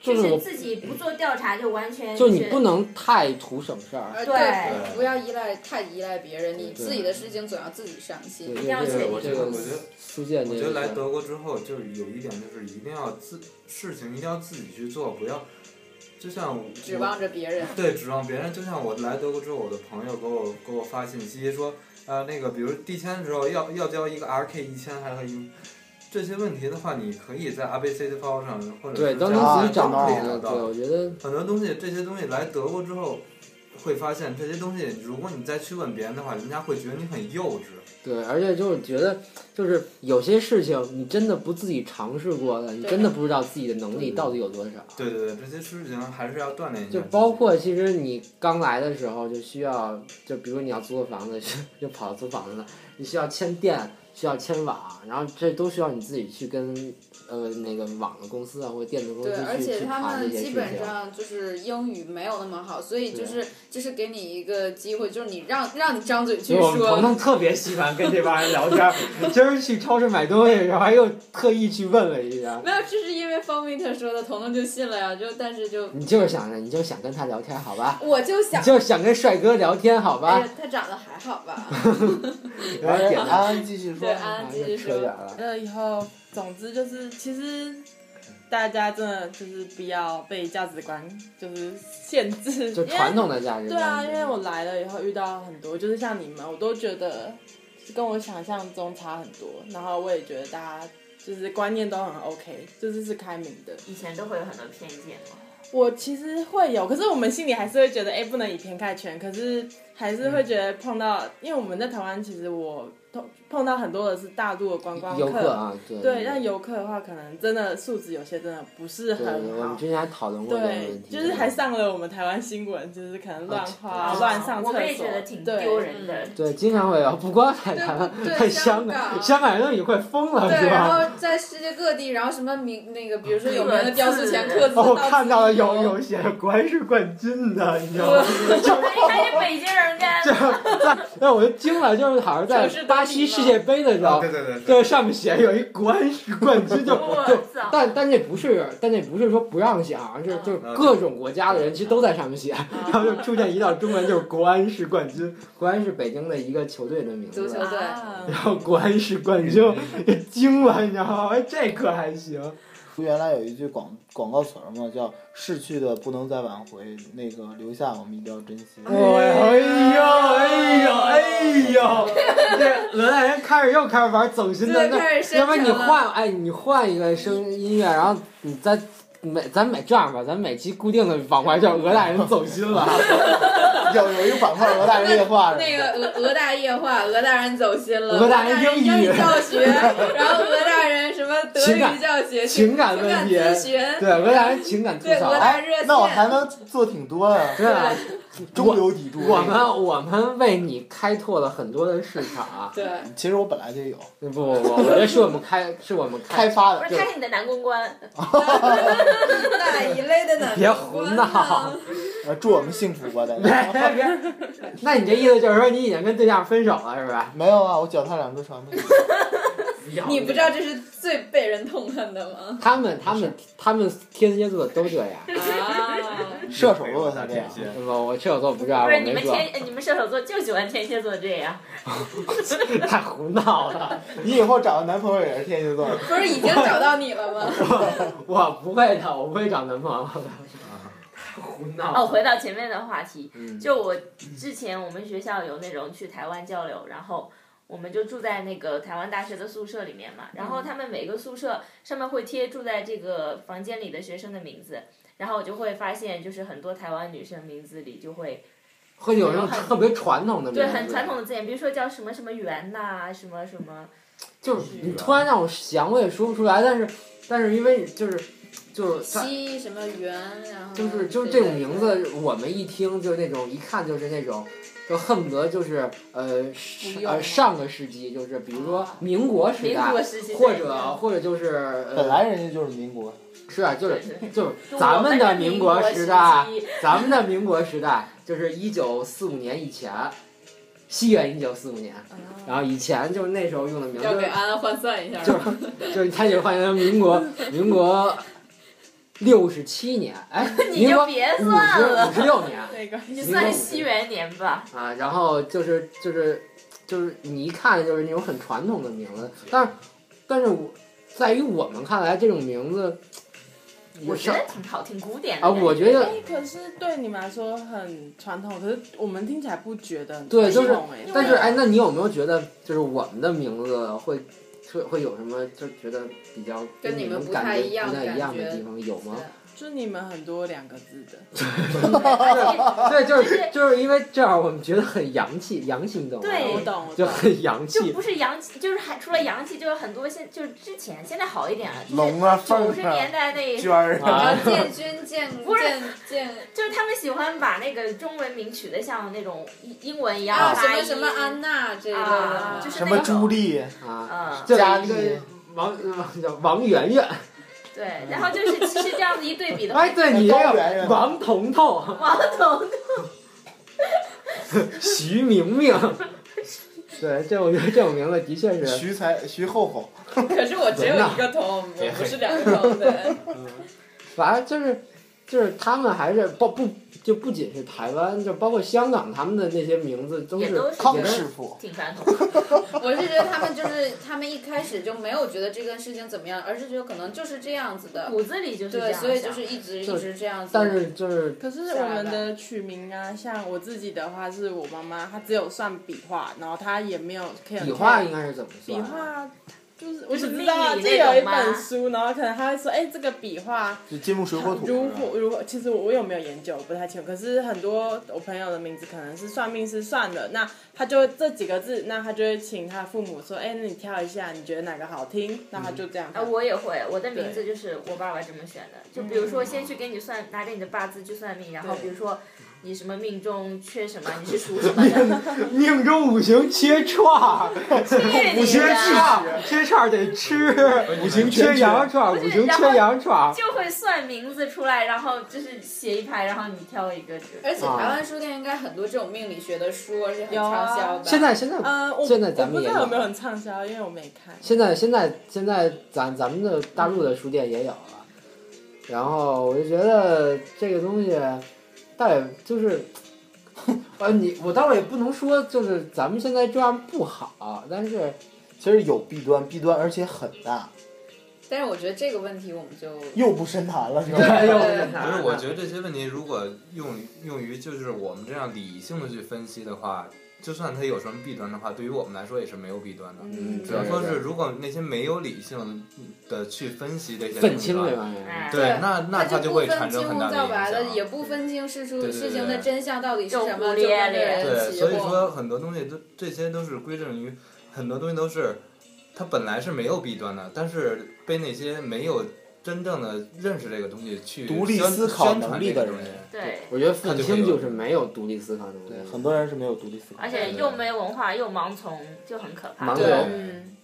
Speaker 1: 就
Speaker 4: 就是是
Speaker 1: 我
Speaker 4: 自己不做调查就完全
Speaker 1: 就是你不能太图省事儿。
Speaker 3: 而
Speaker 4: 对
Speaker 3: 不要依赖太依赖别人，你自己的事情总要自己上
Speaker 1: 对
Speaker 3: 心。
Speaker 1: 对
Speaker 4: 定要
Speaker 1: 这
Speaker 4: 确
Speaker 1: 个
Speaker 4: 定
Speaker 5: 我觉
Speaker 1: 这
Speaker 5: 得，
Speaker 1: 个
Speaker 5: 我觉得，
Speaker 1: 苏建
Speaker 5: 我
Speaker 1: 这
Speaker 5: 觉得来
Speaker 1: 个，
Speaker 5: 德国之后，就是有一点，就是一定要自事情一定要自己去做，不要就像我
Speaker 3: 指望着别人，
Speaker 5: 对指望别人。就像我来德国之后，我的朋友给我给我发信息说，呃，那个比如递签的时候要要交一个 RK 一千还是一这些问题的话，你可以在 ABC 的包上或者
Speaker 1: 对，
Speaker 5: 是
Speaker 1: 都
Speaker 5: 在
Speaker 1: 能自
Speaker 5: 网
Speaker 1: 己
Speaker 5: 上
Speaker 1: 找
Speaker 5: 都可以
Speaker 1: 的。
Speaker 5: 找
Speaker 1: 对，
Speaker 5: 到
Speaker 1: 我觉得
Speaker 5: 很多东西，这些东西来德国之后。会发现这些东西，如果你再去问别人的话，人家会觉得你很幼稚。
Speaker 1: 对，而且就是觉得，就是有些事情你真的不自己尝试过的，你
Speaker 3: 对
Speaker 1: 真的不知道自己的能力到底有多少。
Speaker 5: 对对对，这些事情还是要锻炼一下。
Speaker 1: 就包括其实你刚来的时候就需要，就比如你要租个房子， 就跑租房子了，你需要签电，需要签网，然后这都需要你自己去跟呃那个网的公司啊或者电子公司
Speaker 3: 对，而
Speaker 1: 去去
Speaker 3: 且他
Speaker 1: 谈这
Speaker 3: 们
Speaker 1: 些
Speaker 3: 基
Speaker 1: 事
Speaker 3: 本
Speaker 1: 情。
Speaker 3: 上就是英语没有那么好，所以就
Speaker 1: 对
Speaker 3: 是就是给你一个机会，就是你让让你张嘴
Speaker 1: 所
Speaker 3: 去
Speaker 1: 以我们
Speaker 3: 说
Speaker 1: 彤，彤特别喜欢跟这帮人聊天儿， 今儿去超市买东西的时候，还又特意去问了一下。
Speaker 3: 没有，这是因为方明特说的，彤彤就信了呀。就但是就
Speaker 1: 你就是想着，你就想跟他聊天，好吧？
Speaker 3: 我就
Speaker 1: 你
Speaker 3: 想，
Speaker 1: 就是想跟帅哥聊天，好
Speaker 3: 哎
Speaker 1: 吧？
Speaker 3: 呀，他长得还好 吧？
Speaker 1: 然后点
Speaker 2: 安安继续说
Speaker 3: 对，。安安
Speaker 1: 啊
Speaker 3: 继
Speaker 1: 又
Speaker 3: 续
Speaker 1: 扯远
Speaker 3: 说。
Speaker 1: 了。
Speaker 6: 呃，以后总之就是，其实大家真的就是不要被价值观就是限制，
Speaker 1: 就
Speaker 6: 因为
Speaker 1: 传统的价值
Speaker 6: 对
Speaker 1: 观。
Speaker 6: 啊，因为我来了以后遇到很多，就是像你们，我都觉得跟我想象中差很多。然后我也觉得大家就是观念都很 OK，就是是开明的。
Speaker 4: 以前都会有很多偏见嘛。
Speaker 6: 我其实会有，可是我们心里还是会觉得，哎，不能以偏概全。可是还是会觉得碰到，因为我们在台湾，其实我碰碰到很多的是大陆的观光
Speaker 1: 游客啊，对
Speaker 6: 对，那游客的话，可能真的素质有些真的不是
Speaker 1: 对，
Speaker 6: 很
Speaker 1: 我们
Speaker 6: 好。
Speaker 1: 之前还讨论过这个
Speaker 6: 对
Speaker 1: 问，题，
Speaker 6: 就是还上了我们台湾新闻，就是可能乱花、
Speaker 1: 啊
Speaker 6: 乱上厕所，
Speaker 4: 我们也觉得挺丢人
Speaker 3: 嗯
Speaker 4: 的。
Speaker 1: 对，经常会有，不光在台湾，
Speaker 3: 对
Speaker 1: 在
Speaker 3: 对
Speaker 1: 香
Speaker 3: 香港
Speaker 1: 香港人都已经快疯了，
Speaker 3: 对，
Speaker 1: 是
Speaker 3: 然
Speaker 1: 吧？
Speaker 3: 后在世界各地，然后什么名那个，比如说有名的雕塑前刻字，
Speaker 1: 哦，我看到了
Speaker 3: 到
Speaker 1: 有
Speaker 3: 处
Speaker 1: 有写着果然是冠军的，你知道吗？
Speaker 4: 还是北京人干的，
Speaker 1: 那我就惊了，就是好像在
Speaker 6: 就是
Speaker 1: 巴西世界杯的时
Speaker 5: 啊，
Speaker 1: 候
Speaker 5: 对，对对，
Speaker 1: 这上面写有一国安是冠军，就
Speaker 4: 我
Speaker 1: 就。
Speaker 4: 操！
Speaker 1: 但但这不是，但这不是说不让写，好像
Speaker 3: 嗯
Speaker 1: 是就是各种国家的人其实都在上面写，
Speaker 3: 啊
Speaker 1: 然后就出现一道中文，就是国安是冠军， 国安是北京的一个球队的名字，
Speaker 3: 足球对
Speaker 6: 啊
Speaker 1: 然后国安是冠军，也惊了，你知道吗？哎这可还行。
Speaker 2: 原来有一句广广告词儿嘛，叫“逝去的不能再挽回，那个留下我们一定要珍惜”。
Speaker 1: 哎呦哎呦哎呦！这罗大人开始又开始玩走心的，
Speaker 3: 对，
Speaker 1: 那
Speaker 3: 开始深
Speaker 1: 要不然
Speaker 3: 沉
Speaker 1: 你
Speaker 3: 了。
Speaker 1: 换哎，你换一个声音乐，然后你再每咱每这样吧，咱每期固定的板块叫罗大人走心了。
Speaker 2: 有有一个板块儿，罗大人夜话是吧
Speaker 3: 那个俄俄大夜话，俄大人走心了，
Speaker 1: 俄大人
Speaker 3: 俄
Speaker 1: 英
Speaker 3: 英
Speaker 1: 语
Speaker 3: 教 学，然后俄大人什么德
Speaker 1: 情感
Speaker 3: 语教学、
Speaker 1: 情感
Speaker 3: 情
Speaker 1: 问
Speaker 3: 感
Speaker 1: 题
Speaker 3: 咨询，
Speaker 1: 对，罗大人情感吐
Speaker 3: 对
Speaker 1: 槽
Speaker 3: 俄。大人热线，
Speaker 2: 哎那我还能做挺多呀、
Speaker 1: 对啊，
Speaker 2: 中流砥柱。
Speaker 1: 我们我们为你开拓了很多的市场啊！
Speaker 3: 对。
Speaker 2: 其实我本来就有
Speaker 1: 不不不，我觉得是我们开，是我们
Speaker 2: 开
Speaker 1: 开。
Speaker 2: 发
Speaker 4: 不
Speaker 2: 的，
Speaker 4: 是，他是你的男公关，
Speaker 3: 哪一类的呢？
Speaker 1: 别胡闹！
Speaker 2: 呃祝我们幸福吧，大
Speaker 1: 别
Speaker 2: 家。
Speaker 1: 别，那你这意思就是说你已经跟对象分手了，是吧？
Speaker 2: 没有啊，我脚踏两只船嘛。
Speaker 4: 要
Speaker 3: 你不知道这是最被人痛恨的 吗？
Speaker 1: 他们他们他们天蝎座都这样，
Speaker 3: 啊，
Speaker 2: 射手座才这样。
Speaker 1: 是吧？ 我射手座不这样，啊
Speaker 4: 不
Speaker 1: 我
Speaker 4: 是你
Speaker 1: 没
Speaker 4: 们
Speaker 1: 说，
Speaker 4: 天，呃你们射手座就喜欢天蝎座这样，
Speaker 1: 太胡闹了，
Speaker 2: 你以后找的男朋友也是天蝎座的，
Speaker 3: 不是已经找到你 了吗？
Speaker 1: 我不会的，我不会找男朋友的，太胡闹了。
Speaker 4: 哦，回到前面的话题，
Speaker 1: 嗯
Speaker 4: 就我之前我们学校有那种去台湾交流，然后我们就住在那个台湾大学的宿舍里面
Speaker 1: 嗯
Speaker 4: 嘛，然后他们每个宿舍上面会贴住在这个房间里的学生的名字，然后我就会发现，就是很多台湾女生名字里就会
Speaker 1: 会有那种特别传统的名字，
Speaker 4: 对很传统的字眼，比如说叫什么什么元呐、什么什么，
Speaker 1: 就是你突然让我想，我也说不出来，但是但是因为就是就是他
Speaker 3: 西什么圆，然后
Speaker 1: 就是就是这种名，字，我们一听就是那种一看就是那种，就恨不得就是呃
Speaker 3: 不
Speaker 1: 是
Speaker 3: 用
Speaker 1: 呃上个世纪，就是比如说民国时
Speaker 4: 哦民
Speaker 1: 代
Speaker 4: 国，时期
Speaker 1: 或
Speaker 4: 对
Speaker 1: 者或者就是
Speaker 2: 本
Speaker 1: 呃
Speaker 2: 来人家就是民国，
Speaker 1: 是啊，就是
Speaker 4: 对对
Speaker 1: 就是
Speaker 4: 就
Speaker 1: 咱
Speaker 4: 我
Speaker 1: 们
Speaker 4: 们
Speaker 1: 的民
Speaker 4: 民
Speaker 1: 国时
Speaker 4: 时
Speaker 1: 代，
Speaker 4: 期
Speaker 1: 咱们的民国时代就是一九四五年以前，西元一九四五年，
Speaker 4: 哦
Speaker 1: 然后以前就是那时候用的名字
Speaker 3: 要给安安换算一下，
Speaker 1: 就是就是他就换成民国民国六十七年，哎，
Speaker 4: 你
Speaker 1: 民
Speaker 4: 就
Speaker 1: 国
Speaker 4: 别
Speaker 1: 五
Speaker 4: 算
Speaker 1: 十五
Speaker 4: 了，
Speaker 1: 十六年
Speaker 6: 那个
Speaker 4: 你算西元年吧。
Speaker 1: 啊，然后就是就是就是你一看就是那种很传统的名字，但是但是我在于我们看来这种名字，我
Speaker 4: 我
Speaker 1: 是
Speaker 4: 觉得挺好，挺古典的
Speaker 1: 啊，
Speaker 4: 感觉。
Speaker 1: 我觉得
Speaker 6: 哎，可是对你们来说很传统，可是我们听起来不觉得很
Speaker 1: 对就是
Speaker 6: 传统哎
Speaker 1: 但是哎，那你有没有觉得，就是我们的名字会会会有什么，就觉得比较
Speaker 3: 跟你
Speaker 1: 你
Speaker 3: 们不
Speaker 1: 感
Speaker 3: 太
Speaker 1: 觉
Speaker 3: 一样
Speaker 1: 不太一
Speaker 3: 感
Speaker 1: 样的
Speaker 3: 觉
Speaker 1: 地方有吗？
Speaker 6: 就你们很多两个字的，
Speaker 1: 对，就
Speaker 4: 就是是
Speaker 1: 就是因为这样，我们觉得很洋气，洋气，你懂吗？
Speaker 4: 对
Speaker 6: 我懂我
Speaker 1: 就
Speaker 6: 懂。
Speaker 1: 很洋
Speaker 4: 就
Speaker 1: 气。
Speaker 4: 不是洋气，就是还除了洋气，就有很多现就是之前现在好一点了，就是
Speaker 2: 龙啊，凤
Speaker 4: 九十
Speaker 2: 啊
Speaker 4: 年，代那，
Speaker 2: 娟儿啊，
Speaker 1: 啊
Speaker 3: 然后建军建
Speaker 4: 不是
Speaker 3: 建建
Speaker 4: 就是他们喜欢把那个中文名取得像那种英英文一样
Speaker 3: 啊
Speaker 4: 发
Speaker 3: 什么
Speaker 4: 音
Speaker 3: 什么安娜这
Speaker 4: 啊
Speaker 3: 个，
Speaker 4: 就是
Speaker 2: 什
Speaker 4: 那
Speaker 2: 么
Speaker 4: 种
Speaker 2: 朱莉，
Speaker 1: 啊，
Speaker 4: 嗯，
Speaker 1: 这
Speaker 2: 佳
Speaker 1: 一个
Speaker 2: 丽
Speaker 1: 王王叫王媛媛，
Speaker 4: 对，然后就是其实这样子一对比的话
Speaker 1: 哎，，对你这
Speaker 2: 呃高圆
Speaker 1: 个
Speaker 2: 圆
Speaker 1: 王彤彤、
Speaker 4: 王总
Speaker 1: 徐明 明，对，这我觉得这种名字的确是
Speaker 2: 徐才徐厚厚，
Speaker 3: 可是我只有一个头，我不是两个头的，
Speaker 1: 反正就是就是他们还是不不就不仅是台湾，就包括香港，他们的那些名字都
Speaker 4: 也
Speaker 1: 是
Speaker 4: 都是
Speaker 2: 康
Speaker 1: 也都
Speaker 2: 师傅，
Speaker 4: 挺传统的，
Speaker 3: 我是觉得他们就是他们一开始就没有觉得这个事情怎么样，而是觉得可能就是这样子的，
Speaker 4: 骨子里就是这
Speaker 3: 对，
Speaker 4: 样想。
Speaker 3: 所以就是一直
Speaker 1: 就
Speaker 3: 一直这样子。
Speaker 1: 但是就是
Speaker 6: 可是我们的取名啊，像我自己的话，是我妈妈，她只有算笔画，然后她也没有 K
Speaker 1: 笔画应该是怎么
Speaker 6: 笔
Speaker 1: 算啊？
Speaker 6: 画。就是我
Speaker 4: 就是
Speaker 6: 只知
Speaker 4: 命
Speaker 6: 道啊
Speaker 4: 理
Speaker 6: 这
Speaker 4: 那种
Speaker 6: 有一
Speaker 4: 吗
Speaker 6: 本书，然后可能她会说，哎，这个笔画
Speaker 2: 就金木水火土。嗯
Speaker 6: 如火如火，其实我有没有研究我不太清楚，可是很多我朋友的名字可能是算命师算的，那他就这几个字，那他就会请他父母说，哎，那你挑一下，你觉得哪个好听？那他
Speaker 1: 嗯
Speaker 6: 就这样
Speaker 4: 啊，
Speaker 6: 挑。
Speaker 4: 我也会，我的名字就是我爸爸这么选的。就比如说，先去给你算，拿着你的八字去算命，然后比如说你什么命中缺什么，你是属什么的，
Speaker 1: 命中五行缺串，
Speaker 4: 对
Speaker 1: 五
Speaker 4: 你
Speaker 1: 行
Speaker 4: 的
Speaker 1: 串，缺串得吃，
Speaker 5: 五
Speaker 1: 五行缺羊串，
Speaker 4: 不
Speaker 1: 五
Speaker 4: 是
Speaker 1: 行缺羊串。
Speaker 4: 就会算名字出来，然后就是写一排，然后你挑一个。
Speaker 3: 而
Speaker 5: 啊
Speaker 3: 且台湾书店应该很多这种命理学的书，而且很
Speaker 6: 有啊
Speaker 3: 畅销的。
Speaker 1: 现在现在
Speaker 6: 呃，我
Speaker 1: 现在咱们
Speaker 6: 我不
Speaker 1: 也
Speaker 6: 知道有没有很畅销，因为我没看。
Speaker 1: 现在现在现在咱咱们的大陆的书店也有了，然后我就觉得这个东西，倒也就是，呃，你我倒也不能说就是咱们现在这样不好，但是
Speaker 2: 其实有弊端，弊端而且很大，
Speaker 3: 但是我觉得这个问题我们就
Speaker 2: 又不深谈了，是吧？
Speaker 1: 哎呦
Speaker 3: 对
Speaker 5: 不是，我觉得这些问题如果用于用于就是我们这样理性的去分析的话，就算它有什么弊端的话，对于我们来说也是没有弊端的。
Speaker 6: 嗯，
Speaker 5: 只要说是如果那些没有理性的去分析这些
Speaker 1: 愤
Speaker 5: 东
Speaker 1: 青
Speaker 5: 西的
Speaker 1: 这
Speaker 5: 话，
Speaker 1: 玩意儿，
Speaker 4: 哎，
Speaker 5: 对，那那它
Speaker 3: 就不
Speaker 5: 会
Speaker 3: 分
Speaker 5: 产
Speaker 3: 金
Speaker 5: 生很
Speaker 3: 屋
Speaker 5: 大
Speaker 3: 皂白
Speaker 5: 的
Speaker 3: 的，
Speaker 5: 影
Speaker 3: 也
Speaker 5: 响。
Speaker 3: 不分清事出
Speaker 5: 对对对
Speaker 3: 事情的真相到底是
Speaker 4: 就
Speaker 3: 什
Speaker 4: 不
Speaker 3: 么，就
Speaker 4: 列
Speaker 3: 跟着
Speaker 4: 列
Speaker 3: 人
Speaker 5: 对，
Speaker 3: 起
Speaker 5: 所以
Speaker 3: 哄。
Speaker 5: 说很多东西都这些都是归正于很多东西都是它本来是没有弊端的，但是被那些没有真正的认识这个东西去
Speaker 2: 独立
Speaker 5: 宣
Speaker 2: 思考
Speaker 5: 宣传
Speaker 2: 能力
Speaker 5: 这个
Speaker 2: 的
Speaker 5: 东西
Speaker 2: 人
Speaker 4: 对，
Speaker 1: 我觉得愤青就是没有独立思考能
Speaker 2: 对，
Speaker 1: 力，
Speaker 2: 很多人是没有独立思考
Speaker 4: 而。且又没文化又盲从，就很可怕。
Speaker 1: 盲
Speaker 3: 对
Speaker 1: 流。
Speaker 3: 嗯，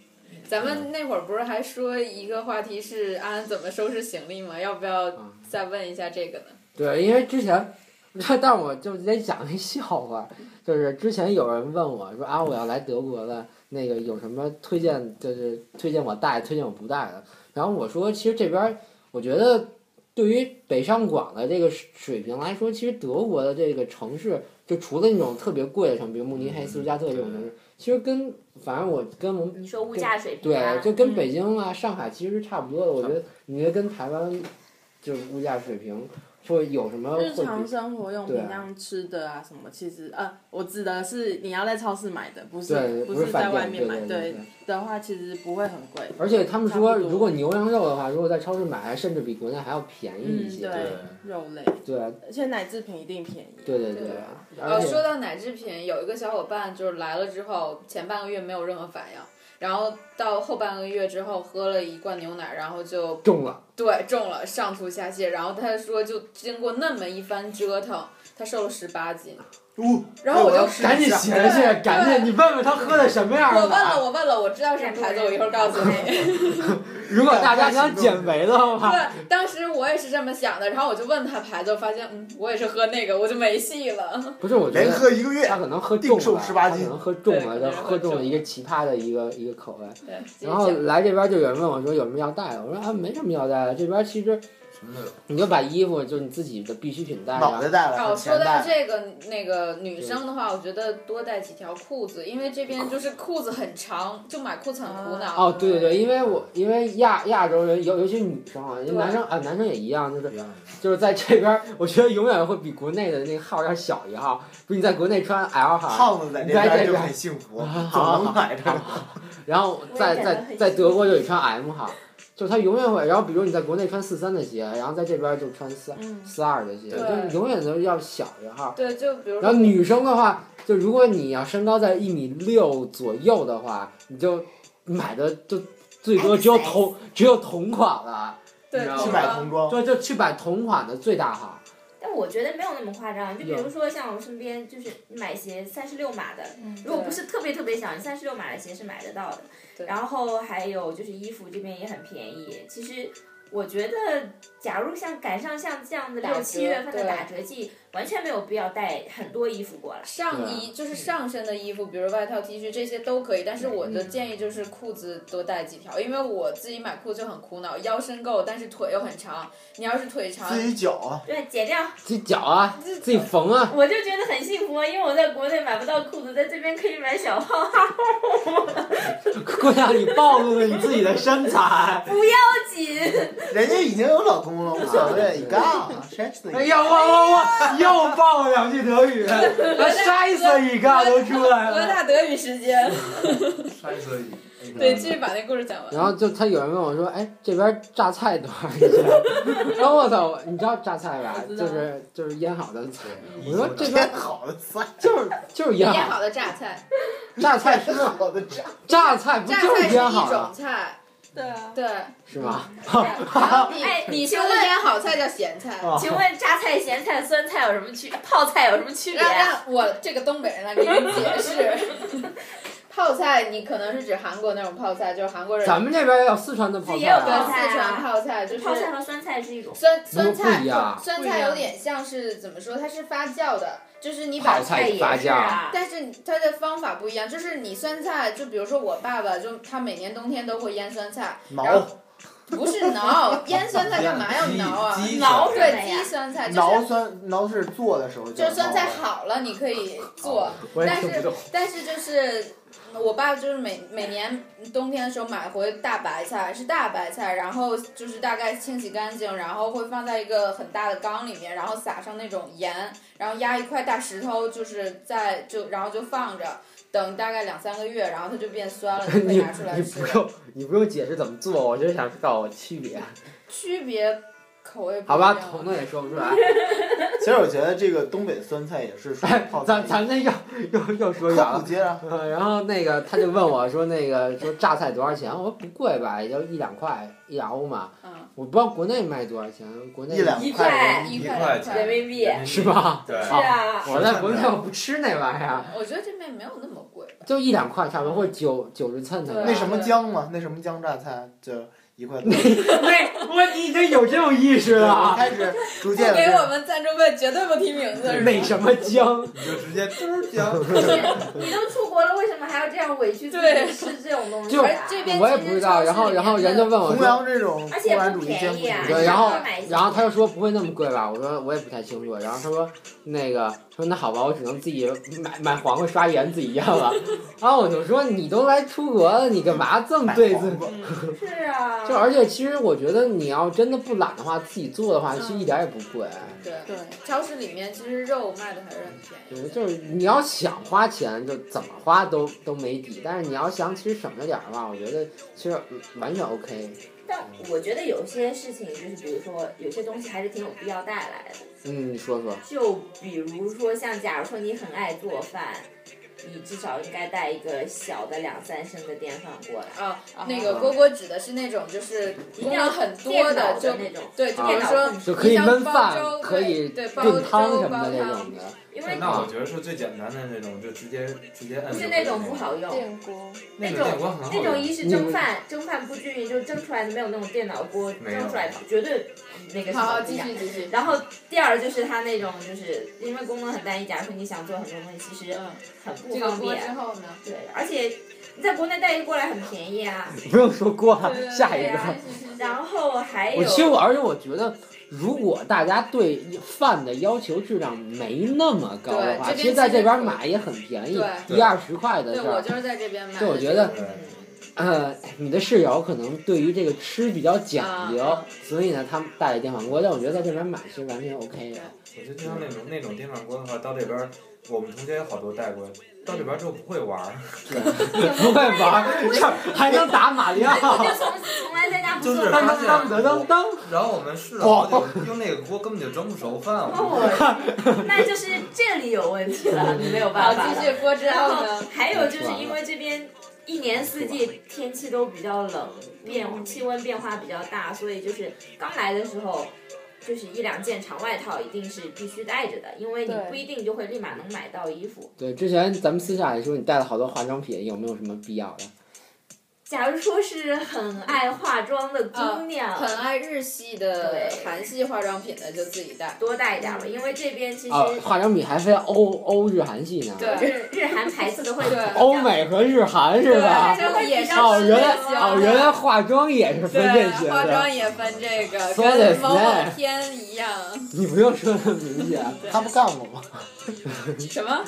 Speaker 3: 咱们那会儿不是还说一个话题是安安怎么收拾行李吗？要不要
Speaker 1: 嗯
Speaker 3: 再问一下这个呢？
Speaker 1: 对，因为之前 但但我就得讲一笑话，就是之前有人问我说啊，我要来德国了，那个有什么推荐，就是推荐我带，推荐我不带的。然后我说，其实这边儿我觉得对于北上广的这个水水平来说，其实德国的这个城市，就除了那种特别贵的城市，比如慕尼黑、斯图加特这种城市，其实跟反正我跟我们
Speaker 4: 你说物价水平啊，
Speaker 1: 对，就
Speaker 6: 嗯
Speaker 1: 跟北京啊、上海其实差不多的。我觉得你觉得跟台湾就是物价水平会有什么
Speaker 6: 日
Speaker 1: 会
Speaker 6: 常
Speaker 1: 比？
Speaker 6: 生活用
Speaker 1: 对
Speaker 6: 品
Speaker 1: 啊，
Speaker 6: 像吃的啊什么，其实呃，我指的是你要在超市买的，不
Speaker 1: 对，
Speaker 6: 是
Speaker 1: 不
Speaker 6: 是在
Speaker 1: 饭
Speaker 6: 外
Speaker 1: 店，
Speaker 6: 面
Speaker 1: 对
Speaker 6: 买。
Speaker 1: 对对。
Speaker 6: 的话，其实不会很贵。
Speaker 1: 而且他们说，
Speaker 6: 差不多
Speaker 1: 如果牛羊肉的话，如果在超市买，甚至比国内还要便宜一
Speaker 6: 嗯，
Speaker 1: 些。
Speaker 6: 对，肉类，
Speaker 1: 对
Speaker 6: 而且奶制品一定便宜。
Speaker 1: 对对对
Speaker 3: 对
Speaker 6: 哦
Speaker 1: 而
Speaker 3: 呃，
Speaker 1: 且
Speaker 3: 说到奶制品，有一个小伙伴就是来了之后，前半个月没有任何反应，然后到后半个月之后喝了一罐牛奶，然后就
Speaker 1: 中了。
Speaker 3: 对中了，上吐下泻。然后他说，就经过那么一番折腾，他瘦了十八斤。
Speaker 2: 呜，
Speaker 3: 然后我就
Speaker 1: 赶紧写下去，
Speaker 3: 对
Speaker 1: 赶紧你问问他喝的什么样的
Speaker 3: 我
Speaker 1: 啊
Speaker 3: 问了，
Speaker 1: 奶。
Speaker 3: 我问了，我知道什么牌子，我一会儿告诉你。
Speaker 1: 如果大家想减肥的 话，
Speaker 3: 对，当时我也是这么想的，然后我就问他牌子，我发现嗯，我也是喝那个，我就没戏了。
Speaker 1: 不是我觉
Speaker 2: 连
Speaker 1: 得
Speaker 2: 喝一个月
Speaker 1: 他，可能喝中
Speaker 2: 定瘦
Speaker 1: 了，他
Speaker 2: 18
Speaker 1: 可
Speaker 2: 斤
Speaker 1: 能喝中了，
Speaker 3: 对可能
Speaker 1: 就
Speaker 3: 喝
Speaker 1: 喝中
Speaker 3: 中
Speaker 1: 了
Speaker 3: 了
Speaker 1: 一个奇葩的一个一个口味。
Speaker 3: 对，继续
Speaker 1: 然后
Speaker 3: 讲
Speaker 1: 来这边就有人问我说有什么要带的，我说啊没什么要带的，这边其实
Speaker 5: 什么都有。
Speaker 1: 你就把衣服就是你自己的必需品带
Speaker 2: 脑
Speaker 1: 上。
Speaker 2: 袋带
Speaker 3: 啊，
Speaker 2: 了，
Speaker 3: 我
Speaker 2: 钱
Speaker 3: 说
Speaker 2: 带
Speaker 3: 到
Speaker 2: 了，
Speaker 3: 这个那个女生的话，我觉得多带几条裤子，因为这边就是裤子很长，就买裤子很苦恼。
Speaker 1: 哦，对对对，因为我因为亚亚洲人，尤尤其女生啊，因为
Speaker 3: 对
Speaker 1: 男生啊，男生也一样，就是
Speaker 5: 一样的
Speaker 1: 就是在这边，我觉得永远会比国内的那个号要小一号。比如你在国内穿 L 号，
Speaker 2: 胖子在这
Speaker 1: 你在
Speaker 2: 边
Speaker 1: 这
Speaker 2: 就
Speaker 1: 边
Speaker 2: 很幸福，
Speaker 1: 啊
Speaker 2: 总
Speaker 1: 好
Speaker 2: 能买着。
Speaker 1: 然后在
Speaker 4: 我也感觉
Speaker 1: 在
Speaker 4: 很
Speaker 1: 在德国就得穿 M 号，就他永远会。然后比如你在国内穿四三的鞋，然后在这边就穿四
Speaker 6: 嗯，
Speaker 1: 四二的鞋，
Speaker 3: 对
Speaker 1: 就是永远都要小一号。
Speaker 3: 对，就比如
Speaker 1: 然后
Speaker 3: 说。
Speaker 1: 女生的话，就如果你要身高在一米六左右的话，你就买的就最多只有同只有同款了，
Speaker 3: 对，
Speaker 5: 你
Speaker 2: 去
Speaker 5: 知
Speaker 2: 买
Speaker 3: 童
Speaker 2: 童装，
Speaker 1: 对，就去买同款的最大号。
Speaker 4: 但我觉得没有那么夸张，就比如说像我身边就是买鞋三十六码的，
Speaker 3: 嗯
Speaker 4: 如果不是特别特别小，你三十六码的鞋是买得到的。
Speaker 3: 对
Speaker 4: 然后还有就是衣服这边也很便宜，其实。我觉得，假如像赶上像这样的
Speaker 3: 打
Speaker 4: 六
Speaker 3: 折
Speaker 4: 七月份的
Speaker 3: 对
Speaker 4: 打折季，完全没有必要带很多衣服过来。
Speaker 3: 上
Speaker 1: 啊
Speaker 3: 衣就是上身的衣服，比如外套、T 恤这些都可以，但是我的
Speaker 1: 嗯
Speaker 3: 建议就是裤子多带几条，因为我自己买裤子就很苦恼，腰身够，但是腿又很长。你要是腿长，
Speaker 2: 自己绞啊，
Speaker 4: 对，减掉。
Speaker 1: 自己绞啊，自己缝啊，
Speaker 4: 我就觉得很幸福啊，因为我在国内买不到裤子，在这边可以买小号。
Speaker 1: 姑娘，你暴露了你自己的身材。
Speaker 4: 紧，
Speaker 2: 人家已经有老公了，无所谓，你干了，谁死
Speaker 1: 哎呀，我我我又爆了两句德语，那塞死一个都出来
Speaker 3: 多
Speaker 1: 了。
Speaker 3: 大德语时间？
Speaker 5: 摔所以
Speaker 3: 对，继续把那故事讲完。
Speaker 1: 然后就他有人问我说：“哎，这边榨菜多少钱？”然后我操，你知道榨菜吧？
Speaker 6: 我知
Speaker 1: 就
Speaker 6: 道
Speaker 1: 是就是腌好的菜。
Speaker 5: 对
Speaker 1: 我说这边
Speaker 2: 天好的菜，
Speaker 1: 就是就是腌
Speaker 3: 腌
Speaker 1: 好
Speaker 3: 好的榨菜，
Speaker 1: 榨菜是
Speaker 2: 天好的榨，
Speaker 1: 榨菜不
Speaker 3: 榨
Speaker 1: 就
Speaker 3: 菜
Speaker 1: 是
Speaker 3: 是
Speaker 1: 腌好
Speaker 3: 一
Speaker 1: 的
Speaker 3: 种菜，
Speaker 6: 对啊，
Speaker 3: 对。
Speaker 1: 是吗？
Speaker 3: 然后你
Speaker 4: 哎
Speaker 3: 你
Speaker 4: 请
Speaker 3: 说的
Speaker 4: 问
Speaker 3: 腌好菜叫咸菜，
Speaker 1: 哦
Speaker 2: 啊
Speaker 4: 请问榨菜、咸菜、酸菜有什么区？泡菜有什么区别、
Speaker 3: 让
Speaker 4: 啊？
Speaker 3: 让我这个东北人来给你解释。 泡菜，你可能是指韩国那种泡菜，就是韩国人
Speaker 1: 咱们这边也有四川的泡
Speaker 4: 也
Speaker 1: 菜
Speaker 4: 有
Speaker 3: 对
Speaker 4: 泡
Speaker 1: 啊，
Speaker 4: 菜
Speaker 3: 四川泡菜，就是
Speaker 4: 泡菜和酸菜是一种。
Speaker 3: 酸
Speaker 1: 不
Speaker 3: 酸
Speaker 1: 不
Speaker 3: 菜
Speaker 1: 一样，
Speaker 3: 酸
Speaker 6: 不一
Speaker 3: 菜
Speaker 6: 样
Speaker 3: 有点像是怎么说？它是发酵的，就是你把
Speaker 1: 泡菜
Speaker 4: 也
Speaker 1: 发
Speaker 4: 是
Speaker 1: 酵，
Speaker 4: 啊，
Speaker 3: 但是它的方法不一样，就是你酸菜，就比如说我爸爸，就他每年冬天都会腌酸菜，然
Speaker 2: 挠
Speaker 3: 后不是挠，腌酸菜干嘛要挠啊？
Speaker 5: 鸡
Speaker 4: 挠
Speaker 5: 对
Speaker 3: 对，鸡酸菜哎就
Speaker 2: 挠
Speaker 3: 是
Speaker 2: 酸挠是做的时候
Speaker 3: 就
Speaker 2: 叫挠，啊
Speaker 3: 是酸菜好了，你可以做，
Speaker 1: 我也
Speaker 3: 但
Speaker 1: 听不
Speaker 3: 是
Speaker 1: 懂。
Speaker 3: 但是就是。我爸就是每每年冬天的时候买回大白菜，是大白菜，然后就是大概清洗干净，然后会放在一个很大的缸里面，然后撒上那种盐，然后压一块大石头，就是在就然后就放着，等大概两三个月，然后它就变酸了，就可以
Speaker 1: 你
Speaker 3: 拿出来
Speaker 1: 你
Speaker 3: 吃
Speaker 1: 不。用你不用解释怎么做，我就是想知道我区别，
Speaker 3: 区别口味不
Speaker 1: 好吧？
Speaker 3: 一样
Speaker 1: 彤彤也说不出 来。
Speaker 2: 其实我觉得这个东北酸菜也是属于
Speaker 1: 哎
Speaker 2: 泡，菜
Speaker 1: 咱，咱这又又又说远
Speaker 2: 科普
Speaker 1: 了。
Speaker 2: 接着，
Speaker 1: 呃然后那个他就问我说那个说榨菜多少钱？我说不贵吧，也就一两块一两欧嘛。
Speaker 3: 嗯，
Speaker 1: 我不知道国内卖多少钱，国内
Speaker 2: 一两
Speaker 4: 一
Speaker 2: 块
Speaker 4: 块
Speaker 3: 一
Speaker 5: 一
Speaker 3: 块
Speaker 5: 块
Speaker 3: 一
Speaker 5: 钱
Speaker 4: 人民币。
Speaker 1: 是？吧？
Speaker 5: 对，
Speaker 4: 是啊，
Speaker 1: 我在国内我不吃那玩意儿，
Speaker 3: 我觉得这边没有那么贵吧。
Speaker 1: 就一两块差不多，或者九九十寸的吧。
Speaker 3: 对
Speaker 2: 那什么姜嘛，那什么姜榨菜就。一块 多。
Speaker 1: 那我你已经有这种意识了
Speaker 2: 我
Speaker 1: 啊？
Speaker 2: 开始逐
Speaker 3: 不
Speaker 2: 渐
Speaker 3: 给我
Speaker 2: 地
Speaker 3: 们赞助费，绝对不提名字，是吧
Speaker 1: 美什么江？
Speaker 5: 你就直接嘚儿讲。
Speaker 4: 你都出国了，为什么还要这样委屈自
Speaker 3: 对
Speaker 4: 己吃这种东西
Speaker 1: 就
Speaker 4: 啊？
Speaker 3: 这边
Speaker 1: 我也不知道。然后然后人就问我
Speaker 2: 弘
Speaker 1: 说，
Speaker 2: 扬这种
Speaker 4: 而
Speaker 2: 共
Speaker 4: 且
Speaker 2: 产
Speaker 4: 不
Speaker 2: 主义
Speaker 4: 便
Speaker 2: 坚
Speaker 4: 宜啊！
Speaker 1: 对然后
Speaker 4: 你要买一些
Speaker 1: 然后他就说不会那么贵吧？我说我也不太清楚。然后他说那个说那好吧，我只能自己买买黄瓜刷盐自己要了。然后我就说你都来出国了，你干嘛这么对自己？
Speaker 4: 是啊，
Speaker 1: 就而且其实我觉得你要真的不懒的话，自己做的话，其实一点也不贵。
Speaker 3: 对，
Speaker 6: 对，
Speaker 3: 超市里面其实肉卖的还是很便
Speaker 1: 对，
Speaker 3: 宜的。
Speaker 1: 就是你要想花钱，就怎么花都都没底。但是你要想其实省着点儿的话，我觉得其实完全 OK。
Speaker 4: 但我觉得有些事情就是，比如说有些东西还是挺有必要带来的。
Speaker 1: 嗯，你说说，
Speaker 4: 就比如说，像假如说你很爱做饭，你至少应该带一个小的两三升的电饭锅来，
Speaker 3: 啊，那个锅锅指的是那种就是功能很多
Speaker 4: 电脑
Speaker 3: 就
Speaker 4: 的那种。啊
Speaker 3: 对，就比
Speaker 1: 电
Speaker 3: 如
Speaker 1: 脑
Speaker 3: 说
Speaker 1: 就可以焖
Speaker 3: 你像煲
Speaker 1: 饭，
Speaker 3: 粥
Speaker 1: 可以
Speaker 3: 对对
Speaker 1: 炖
Speaker 3: 煲
Speaker 1: 汤
Speaker 3: 粥
Speaker 1: 什么的
Speaker 3: 煲
Speaker 1: 这
Speaker 3: 汤
Speaker 1: 种的。
Speaker 4: 因为
Speaker 5: 那我觉得是最简单的那种，就直接直接摁。
Speaker 4: 不是那种不好，用，
Speaker 6: 电锅
Speaker 5: 那
Speaker 4: 那
Speaker 5: 个
Speaker 4: 种
Speaker 5: 电锅很好
Speaker 4: 那种
Speaker 5: 用。
Speaker 4: 一是蒸饭，蒸饭不均匀，就是蒸出来的没有那种电脑锅
Speaker 5: 没有
Speaker 4: 蒸出来的绝对那个什
Speaker 3: 好好
Speaker 4: 么不一
Speaker 3: 继
Speaker 4: 样。
Speaker 3: 续继续。
Speaker 4: 然后第二就是它那种，就是因为功能很单一，假如说你想做很多东西，其实
Speaker 3: 嗯，
Speaker 4: 很不
Speaker 3: 这个
Speaker 4: 方
Speaker 3: 锅之
Speaker 4: 便。
Speaker 3: 后 呢？
Speaker 4: 对，而且你在国内带一个过来很便宜啊。
Speaker 5: 嗯
Speaker 1: 不用说锅了
Speaker 3: 对，
Speaker 1: 下一
Speaker 4: 对
Speaker 1: 个。
Speaker 4: 啊，然后还有
Speaker 1: 我其实我，而且我觉得，如果大家对饭的要求质量没那么高的话，
Speaker 3: 对这边
Speaker 1: 其实在这
Speaker 3: 其实
Speaker 1: 边
Speaker 3: 可以
Speaker 1: 买也很便宜，
Speaker 3: 对
Speaker 5: 对
Speaker 1: 一二十块的
Speaker 3: 对，
Speaker 1: 事
Speaker 3: 我
Speaker 1: 儿。
Speaker 3: 就是在这边买的。
Speaker 1: 对，我觉得，
Speaker 5: 对
Speaker 4: 嗯
Speaker 1: 呃，你的室友可能对于这个吃比较讲究，
Speaker 3: 啊
Speaker 1: 所以呢，他们带了电饭锅，但我觉得在这边买是完全 OK 的。
Speaker 5: 我觉得就像那种那种电饭锅的话，到这边儿我们同学有好多带过，到这边儿之后不会玩 儿，
Speaker 1: 不会玩儿，这儿还能打马里
Speaker 4: 我
Speaker 1: 奥，
Speaker 4: 就从从来在家不
Speaker 5: 就
Speaker 4: 做
Speaker 5: 是
Speaker 4: 饭。
Speaker 5: 发
Speaker 1: 当当当当
Speaker 5: 现，
Speaker 1: 当。
Speaker 5: 然后我们试了好久，用那个锅根本就蒸不熟饭。我们
Speaker 4: 哦，那就是这里有问题了，没有
Speaker 3: 好，
Speaker 4: 办法
Speaker 3: 继
Speaker 4: 了。
Speaker 3: 续锅之
Speaker 4: 然
Speaker 3: 后
Speaker 4: 后
Speaker 3: 呢？
Speaker 4: 还有就是因为这边一年四季天气都比较冷，变气温变化比较大，所以就是刚来的时候。就是一两件长外套一定是必须带着的，因为你
Speaker 6: 对
Speaker 4: 不一定就会立马能买到衣服。
Speaker 1: 对，之前咱们私下里说你带了好多化妆品，有没有什么必要的？
Speaker 4: 假如说是很爱化妆的姑娘，
Speaker 3: 啊很爱日系的、
Speaker 4: 对
Speaker 3: 韩系化妆品的就自己带。
Speaker 4: 多带一点吧，因为这边其实
Speaker 1: 啊，化妆品还非要欧欧日韩系呢？
Speaker 3: 对
Speaker 4: 日日韩牌子的会
Speaker 3: 对
Speaker 1: 欧美和日韩是吧？
Speaker 3: 对就也是
Speaker 1: 哦，原来
Speaker 3: 分
Speaker 1: 哦，原来化妆也是分这些
Speaker 3: 对，化
Speaker 1: 的，
Speaker 3: 妆也分这个，
Speaker 1: 说得
Speaker 3: 跟某某
Speaker 1: 对
Speaker 3: 天一样。
Speaker 1: 你不用说那么明显。
Speaker 2: 他不干我吗？
Speaker 3: 什么？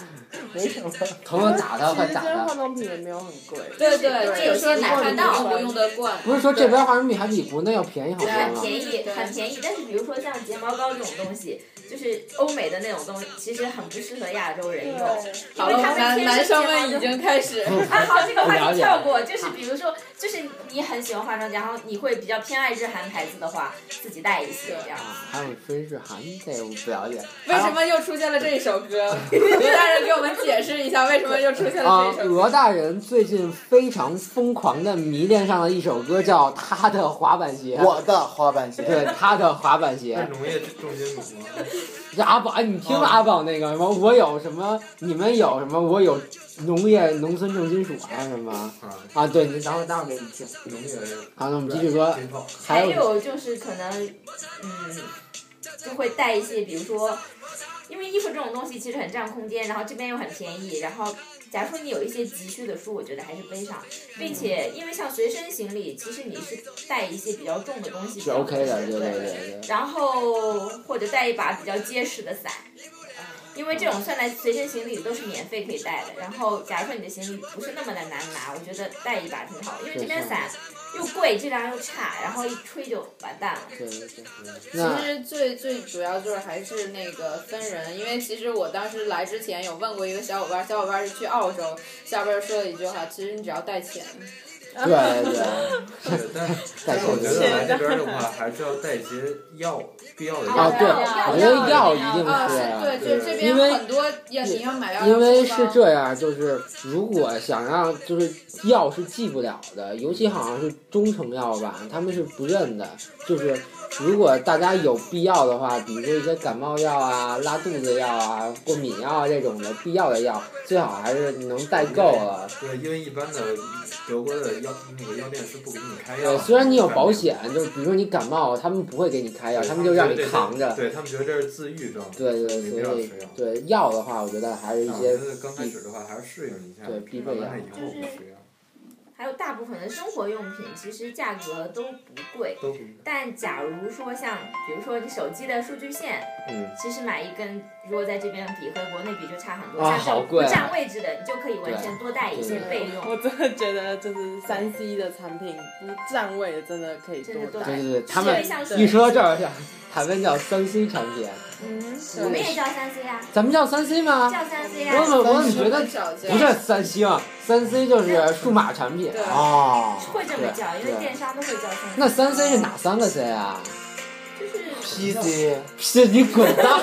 Speaker 2: 没什么。
Speaker 1: 彤彤打他，快
Speaker 6: 其实
Speaker 1: 打
Speaker 6: 这边
Speaker 1: 他！
Speaker 6: 化妆品也没有很贵，
Speaker 3: 对对，
Speaker 4: 对
Speaker 3: 就是说你
Speaker 4: 有些
Speaker 3: 看到
Speaker 4: 地方
Speaker 3: 我用得惯。
Speaker 1: 不是说这边化妆品还比国内要便宜好
Speaker 4: 就
Speaker 1: 多
Speaker 4: 很
Speaker 1: 吗？
Speaker 4: 啊便宜，
Speaker 3: 对
Speaker 4: 很便宜。但是比如说像睫毛膏这种东西，就是欧美的那种东西，其实很不适合亚洲人用。
Speaker 3: 好了，我
Speaker 4: 因
Speaker 3: 们
Speaker 4: 为他们
Speaker 3: 男
Speaker 4: 天
Speaker 3: 男生
Speaker 4: 生
Speaker 3: 们已经开始。
Speaker 4: 啊，好，这个
Speaker 1: 不
Speaker 4: 话
Speaker 1: 了
Speaker 4: 题
Speaker 1: 解
Speaker 4: 跳过。就是比如说，就是你很喜欢化妆，然后你会比较偏爱日韩牌子的话，自己带一些这样
Speaker 1: 啊。，还有分日韩，这我不了解。
Speaker 3: 为什么又出现了这首歌？刘大人给我们解释一下，为什么又出现
Speaker 1: 啊
Speaker 3: 了这，首歌？
Speaker 1: 罗大人最近非常疯狂的迷恋上了一首歌，叫《他的滑板鞋》。
Speaker 2: 我的花瓣
Speaker 1: 对
Speaker 2: 鞋，
Speaker 1: 他的滑板鞋
Speaker 5: 是，农业重金属吗？
Speaker 1: 这阿宝，哎，你听
Speaker 2: 哦
Speaker 1: 阿宝那个什么，我有什么，你们有什么，我有农业农村重金属还是什么
Speaker 5: 啊，
Speaker 1: 啊？对，你等会儿待会儿给你听。
Speaker 5: 农业
Speaker 1: 好，那我们继续说，
Speaker 5: 吹泡
Speaker 1: 还
Speaker 4: 还
Speaker 1: 有
Speaker 4: 有就是可能，嗯，就会带一些，比如说，因为衣服这种东西其实很占空间，然后这边又很便宜，然后假如说你有一些急需的书，我觉得还是背上，并且因为像随身行李，其实你是带一些比较重的东西
Speaker 1: 是 OK 的，对
Speaker 4: 比较
Speaker 1: 对
Speaker 4: 对
Speaker 1: 对对。
Speaker 4: 然后或者带一把比较结实的伞，因为这种算在随身行李里都是免费可以带的。然后假如说你的行李不是那么的难拿，我觉得带一把挺好，因为这边伞又贵，质量又差，然后一吹就完蛋了。
Speaker 1: 对对对，那
Speaker 3: 其实最最主要就是还是那个分人，因为其实我当时来之前有问过一个小伙伴，小伙伴是去澳洲，下边说了一句话，其实你只要带钱，
Speaker 1: 对对，
Speaker 5: 是，但 是但是我觉得来这边的话，还是要带一些药必要的药。
Speaker 1: 啊对，
Speaker 4: 要
Speaker 1: 我觉得药一定
Speaker 3: 啊，
Speaker 1: 是啊
Speaker 3: 是对，就是这边
Speaker 1: 因为
Speaker 3: 很多要你要买药，
Speaker 1: 因为是这样，就是如果想让就是药是寄不了的，尤其好像是中成药吧，他们是不认的，就是如果大家有必要的话，比如说一些感冒药啊、拉肚子药啊、过敏药啊这种的必要的药，最好还是能代购了。
Speaker 5: 对，因为一般的德国的药那个药店是不给你开药
Speaker 1: 呃，
Speaker 5: 的。
Speaker 1: 虽然你有保险，就是比如说你感冒，他们不会给你开药，
Speaker 5: 对，
Speaker 1: 他
Speaker 5: 他
Speaker 1: 们就让你
Speaker 5: 觉得这
Speaker 1: 扛着。
Speaker 5: 对他们觉得这是自愈症。
Speaker 1: 对对，
Speaker 5: 没必
Speaker 1: 所
Speaker 5: 要
Speaker 1: 以
Speaker 5: 吃药。
Speaker 1: 对药的话，我觉得还是一
Speaker 5: 那我
Speaker 1: 些
Speaker 5: 觉得刚开始的话还是适应一下，
Speaker 1: 对必备啊
Speaker 5: 慢
Speaker 1: 药
Speaker 5: 慢以后不啊使用
Speaker 4: 还有大部分的生活用品其实价格都不贵，
Speaker 5: 都不
Speaker 4: 但假如说像比如说你手机的数据线，
Speaker 1: 嗯，
Speaker 4: 其实买一根如果在这边比和国内比就差很多，
Speaker 1: 啊
Speaker 4: 像这
Speaker 1: 好
Speaker 4: 种不
Speaker 1: 贵啊
Speaker 4: 占位置的，你就可以完全多带一些
Speaker 1: 对
Speaker 4: 备用。
Speaker 6: 我真的觉得就是三 C 的产品不占位的，真的可以
Speaker 4: 真的
Speaker 5: 嗯
Speaker 1: 对
Speaker 4: 多
Speaker 6: 多
Speaker 4: 带。
Speaker 6: 带
Speaker 1: 对对，他
Speaker 4: 因为
Speaker 1: 们
Speaker 4: 像
Speaker 1: 一说到这儿，台湾叫三 C 产品，
Speaker 6: 嗯，
Speaker 4: 我们
Speaker 6: 对
Speaker 4: 也叫三 C 啊，
Speaker 1: 咱们叫三 C 吗？
Speaker 4: 叫三 C
Speaker 1: 我
Speaker 4: 啊，
Speaker 1: 怎么我怎么觉得
Speaker 3: 很少见
Speaker 1: 不是三 C 嘛？三 C 就是数码产品。
Speaker 3: 对
Speaker 2: 啊，
Speaker 4: 会这么叫，因
Speaker 1: 对
Speaker 4: 为电商都会叫三 C。
Speaker 1: 那三 C 是哪三个 C 啊？
Speaker 4: 就是
Speaker 2: PC
Speaker 1: 是你滚蛋！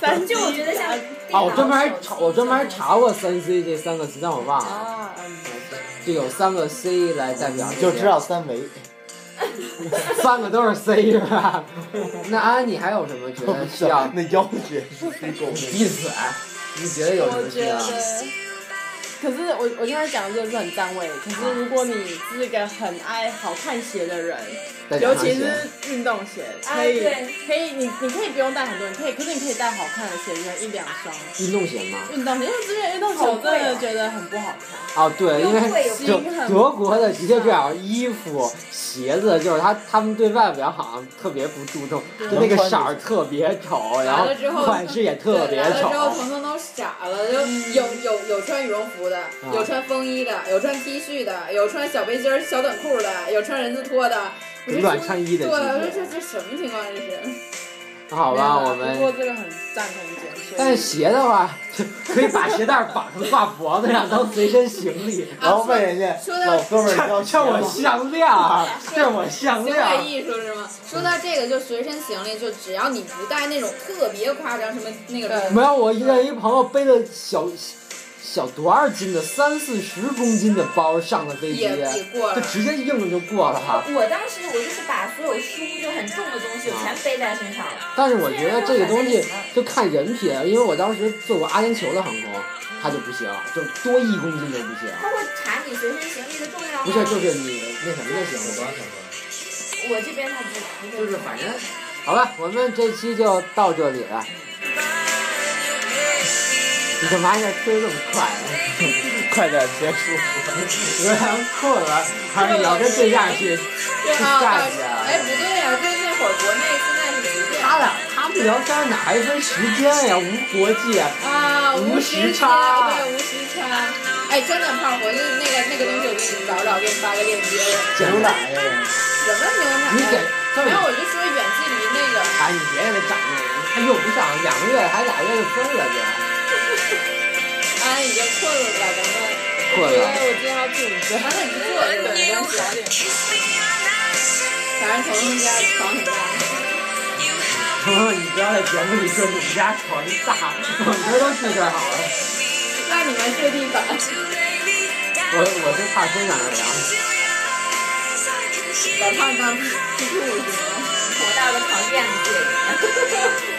Speaker 6: 三 G
Speaker 4: 就我觉得像
Speaker 1: 啊，我专门还
Speaker 4: 电脑
Speaker 1: 查，
Speaker 4: 手机
Speaker 1: 我专门还
Speaker 4: 这种
Speaker 1: 查过三 C 这三个词，但我忘了，
Speaker 6: 啊，嗯，
Speaker 1: 就有三个 C 来代表这些，
Speaker 2: 就知道三维，
Speaker 1: 三个都是 C 是吧？那安安，你还有什么觉得需 要
Speaker 2: 那腰也是非常
Speaker 3: 啊
Speaker 1: 闭嘴！你觉得有什
Speaker 6: 我
Speaker 1: 么需
Speaker 6: 觉
Speaker 1: 要
Speaker 6: 得？，可是我我现在讲的这个是很占位，可是如果你是一个很爱好看鞋的人，
Speaker 1: 再
Speaker 6: 尤
Speaker 1: 讲
Speaker 6: 其
Speaker 1: 一
Speaker 6: 是
Speaker 1: 些
Speaker 6: 运动鞋，
Speaker 4: 啊
Speaker 6: 可以、
Speaker 4: 对
Speaker 6: 可以，你你可以不用带很多，你可以，可是你可以带好看的鞋，可能一两双
Speaker 1: 运动鞋嘛。
Speaker 6: 运动鞋，因为这边运动鞋
Speaker 4: 好
Speaker 6: 我真
Speaker 4: 贵啊
Speaker 6: 的觉得很不好看，
Speaker 1: 哦，对，因为
Speaker 4: 又贵又
Speaker 1: 就
Speaker 6: 心很
Speaker 1: 德国的的确这样，衣服、鞋子，就是他他们对外表好像特别不注重，就那个色儿特别丑，然
Speaker 3: 来
Speaker 1: 后
Speaker 3: 了之后
Speaker 1: 款式也特别
Speaker 3: 来了之后，
Speaker 1: 丑。
Speaker 3: 彤彤都傻了，就有
Speaker 4: 嗯
Speaker 3: 有有穿羽绒服
Speaker 1: 啊
Speaker 3: 的，有穿风衣的，有穿 T 恤的，有穿小背心儿、小短裤的，有穿人字拖的。我就
Speaker 1: 乱
Speaker 3: 说
Speaker 1: 穿衣的
Speaker 3: 对，我
Speaker 1: 季
Speaker 3: 说
Speaker 1: 节
Speaker 3: 这这什么情况啊这是？
Speaker 1: 好
Speaker 6: 没有
Speaker 1: 吧，
Speaker 6: 啦
Speaker 1: 我
Speaker 6: 不过
Speaker 1: 们。
Speaker 6: 这个很占空间，所以
Speaker 1: 但是鞋的话，可以把鞋带儿绑上挂脖子上当随身行李，
Speaker 2: 然后问人家
Speaker 3: 说到
Speaker 2: 老哥们儿要
Speaker 1: 这这我项链儿， 这我项
Speaker 3: 行
Speaker 1: 链儿
Speaker 3: 为。艺术是吗？说到这个，就随身行李，就只要你不带那种特别夸张什么那个
Speaker 1: 没有，我认一朋友背了小小多少斤的，三四十公斤的包上了飞机，
Speaker 3: 也也过
Speaker 1: 就
Speaker 3: 了。
Speaker 1: 直接硬就过了哈。
Speaker 4: 我当时我就是把所有书就很重
Speaker 1: 啊
Speaker 4: 的东西我全背在身上了，
Speaker 1: 但是我觉得这个东西就看人品，因为我当时坐过阿联酋的航空，它就不行，就多一公斤都不行。
Speaker 4: 他会查你随身行李的重量吗？
Speaker 1: 不是，就是你那什么就行
Speaker 5: 我
Speaker 1: 了。
Speaker 5: 刚想
Speaker 4: 我这边他不不
Speaker 1: 就
Speaker 4: 会，
Speaker 1: 是反正，好吧，我们这期就到这里了。你干嘛要推这么快、啊？
Speaker 2: 快点结束。
Speaker 1: 有点困了，还是老跟对象去？
Speaker 3: 对啊，
Speaker 1: 下
Speaker 3: 到
Speaker 1: 一个啊
Speaker 3: 哎不对呀、就是那会儿国内现在是几点
Speaker 1: 他俩他们聊天哪还分时间呀？无国界。
Speaker 3: 啊？
Speaker 1: 无
Speaker 3: 无
Speaker 1: 时
Speaker 3: 时
Speaker 1: 差
Speaker 3: 对无时差。哎，真的胖，我就那个那个东西，我给你找找，给你发个链接。
Speaker 2: 牛奶呀，
Speaker 3: 什么牛奶？
Speaker 1: 你给这
Speaker 3: 没有，
Speaker 1: 么
Speaker 3: 我就说远距离那个，
Speaker 1: 哎，你别给他长那个，他用不上，两个月还俩月就分了就。
Speaker 3: 安已经困了吧？咱们，
Speaker 1: 困
Speaker 6: 因为
Speaker 1: 了。
Speaker 6: 我今天要住你家
Speaker 3: 咱，们不做是吧？没关系，反正彤彤家床很大。
Speaker 1: 朋友， 你不要在节目里说你们家床大，我们这儿都住这儿好啊了。
Speaker 3: 那你们睡地板，
Speaker 1: 我我是怕身上的凉。
Speaker 3: 老胖当屁屁股是吗？
Speaker 4: 我到了床垫子。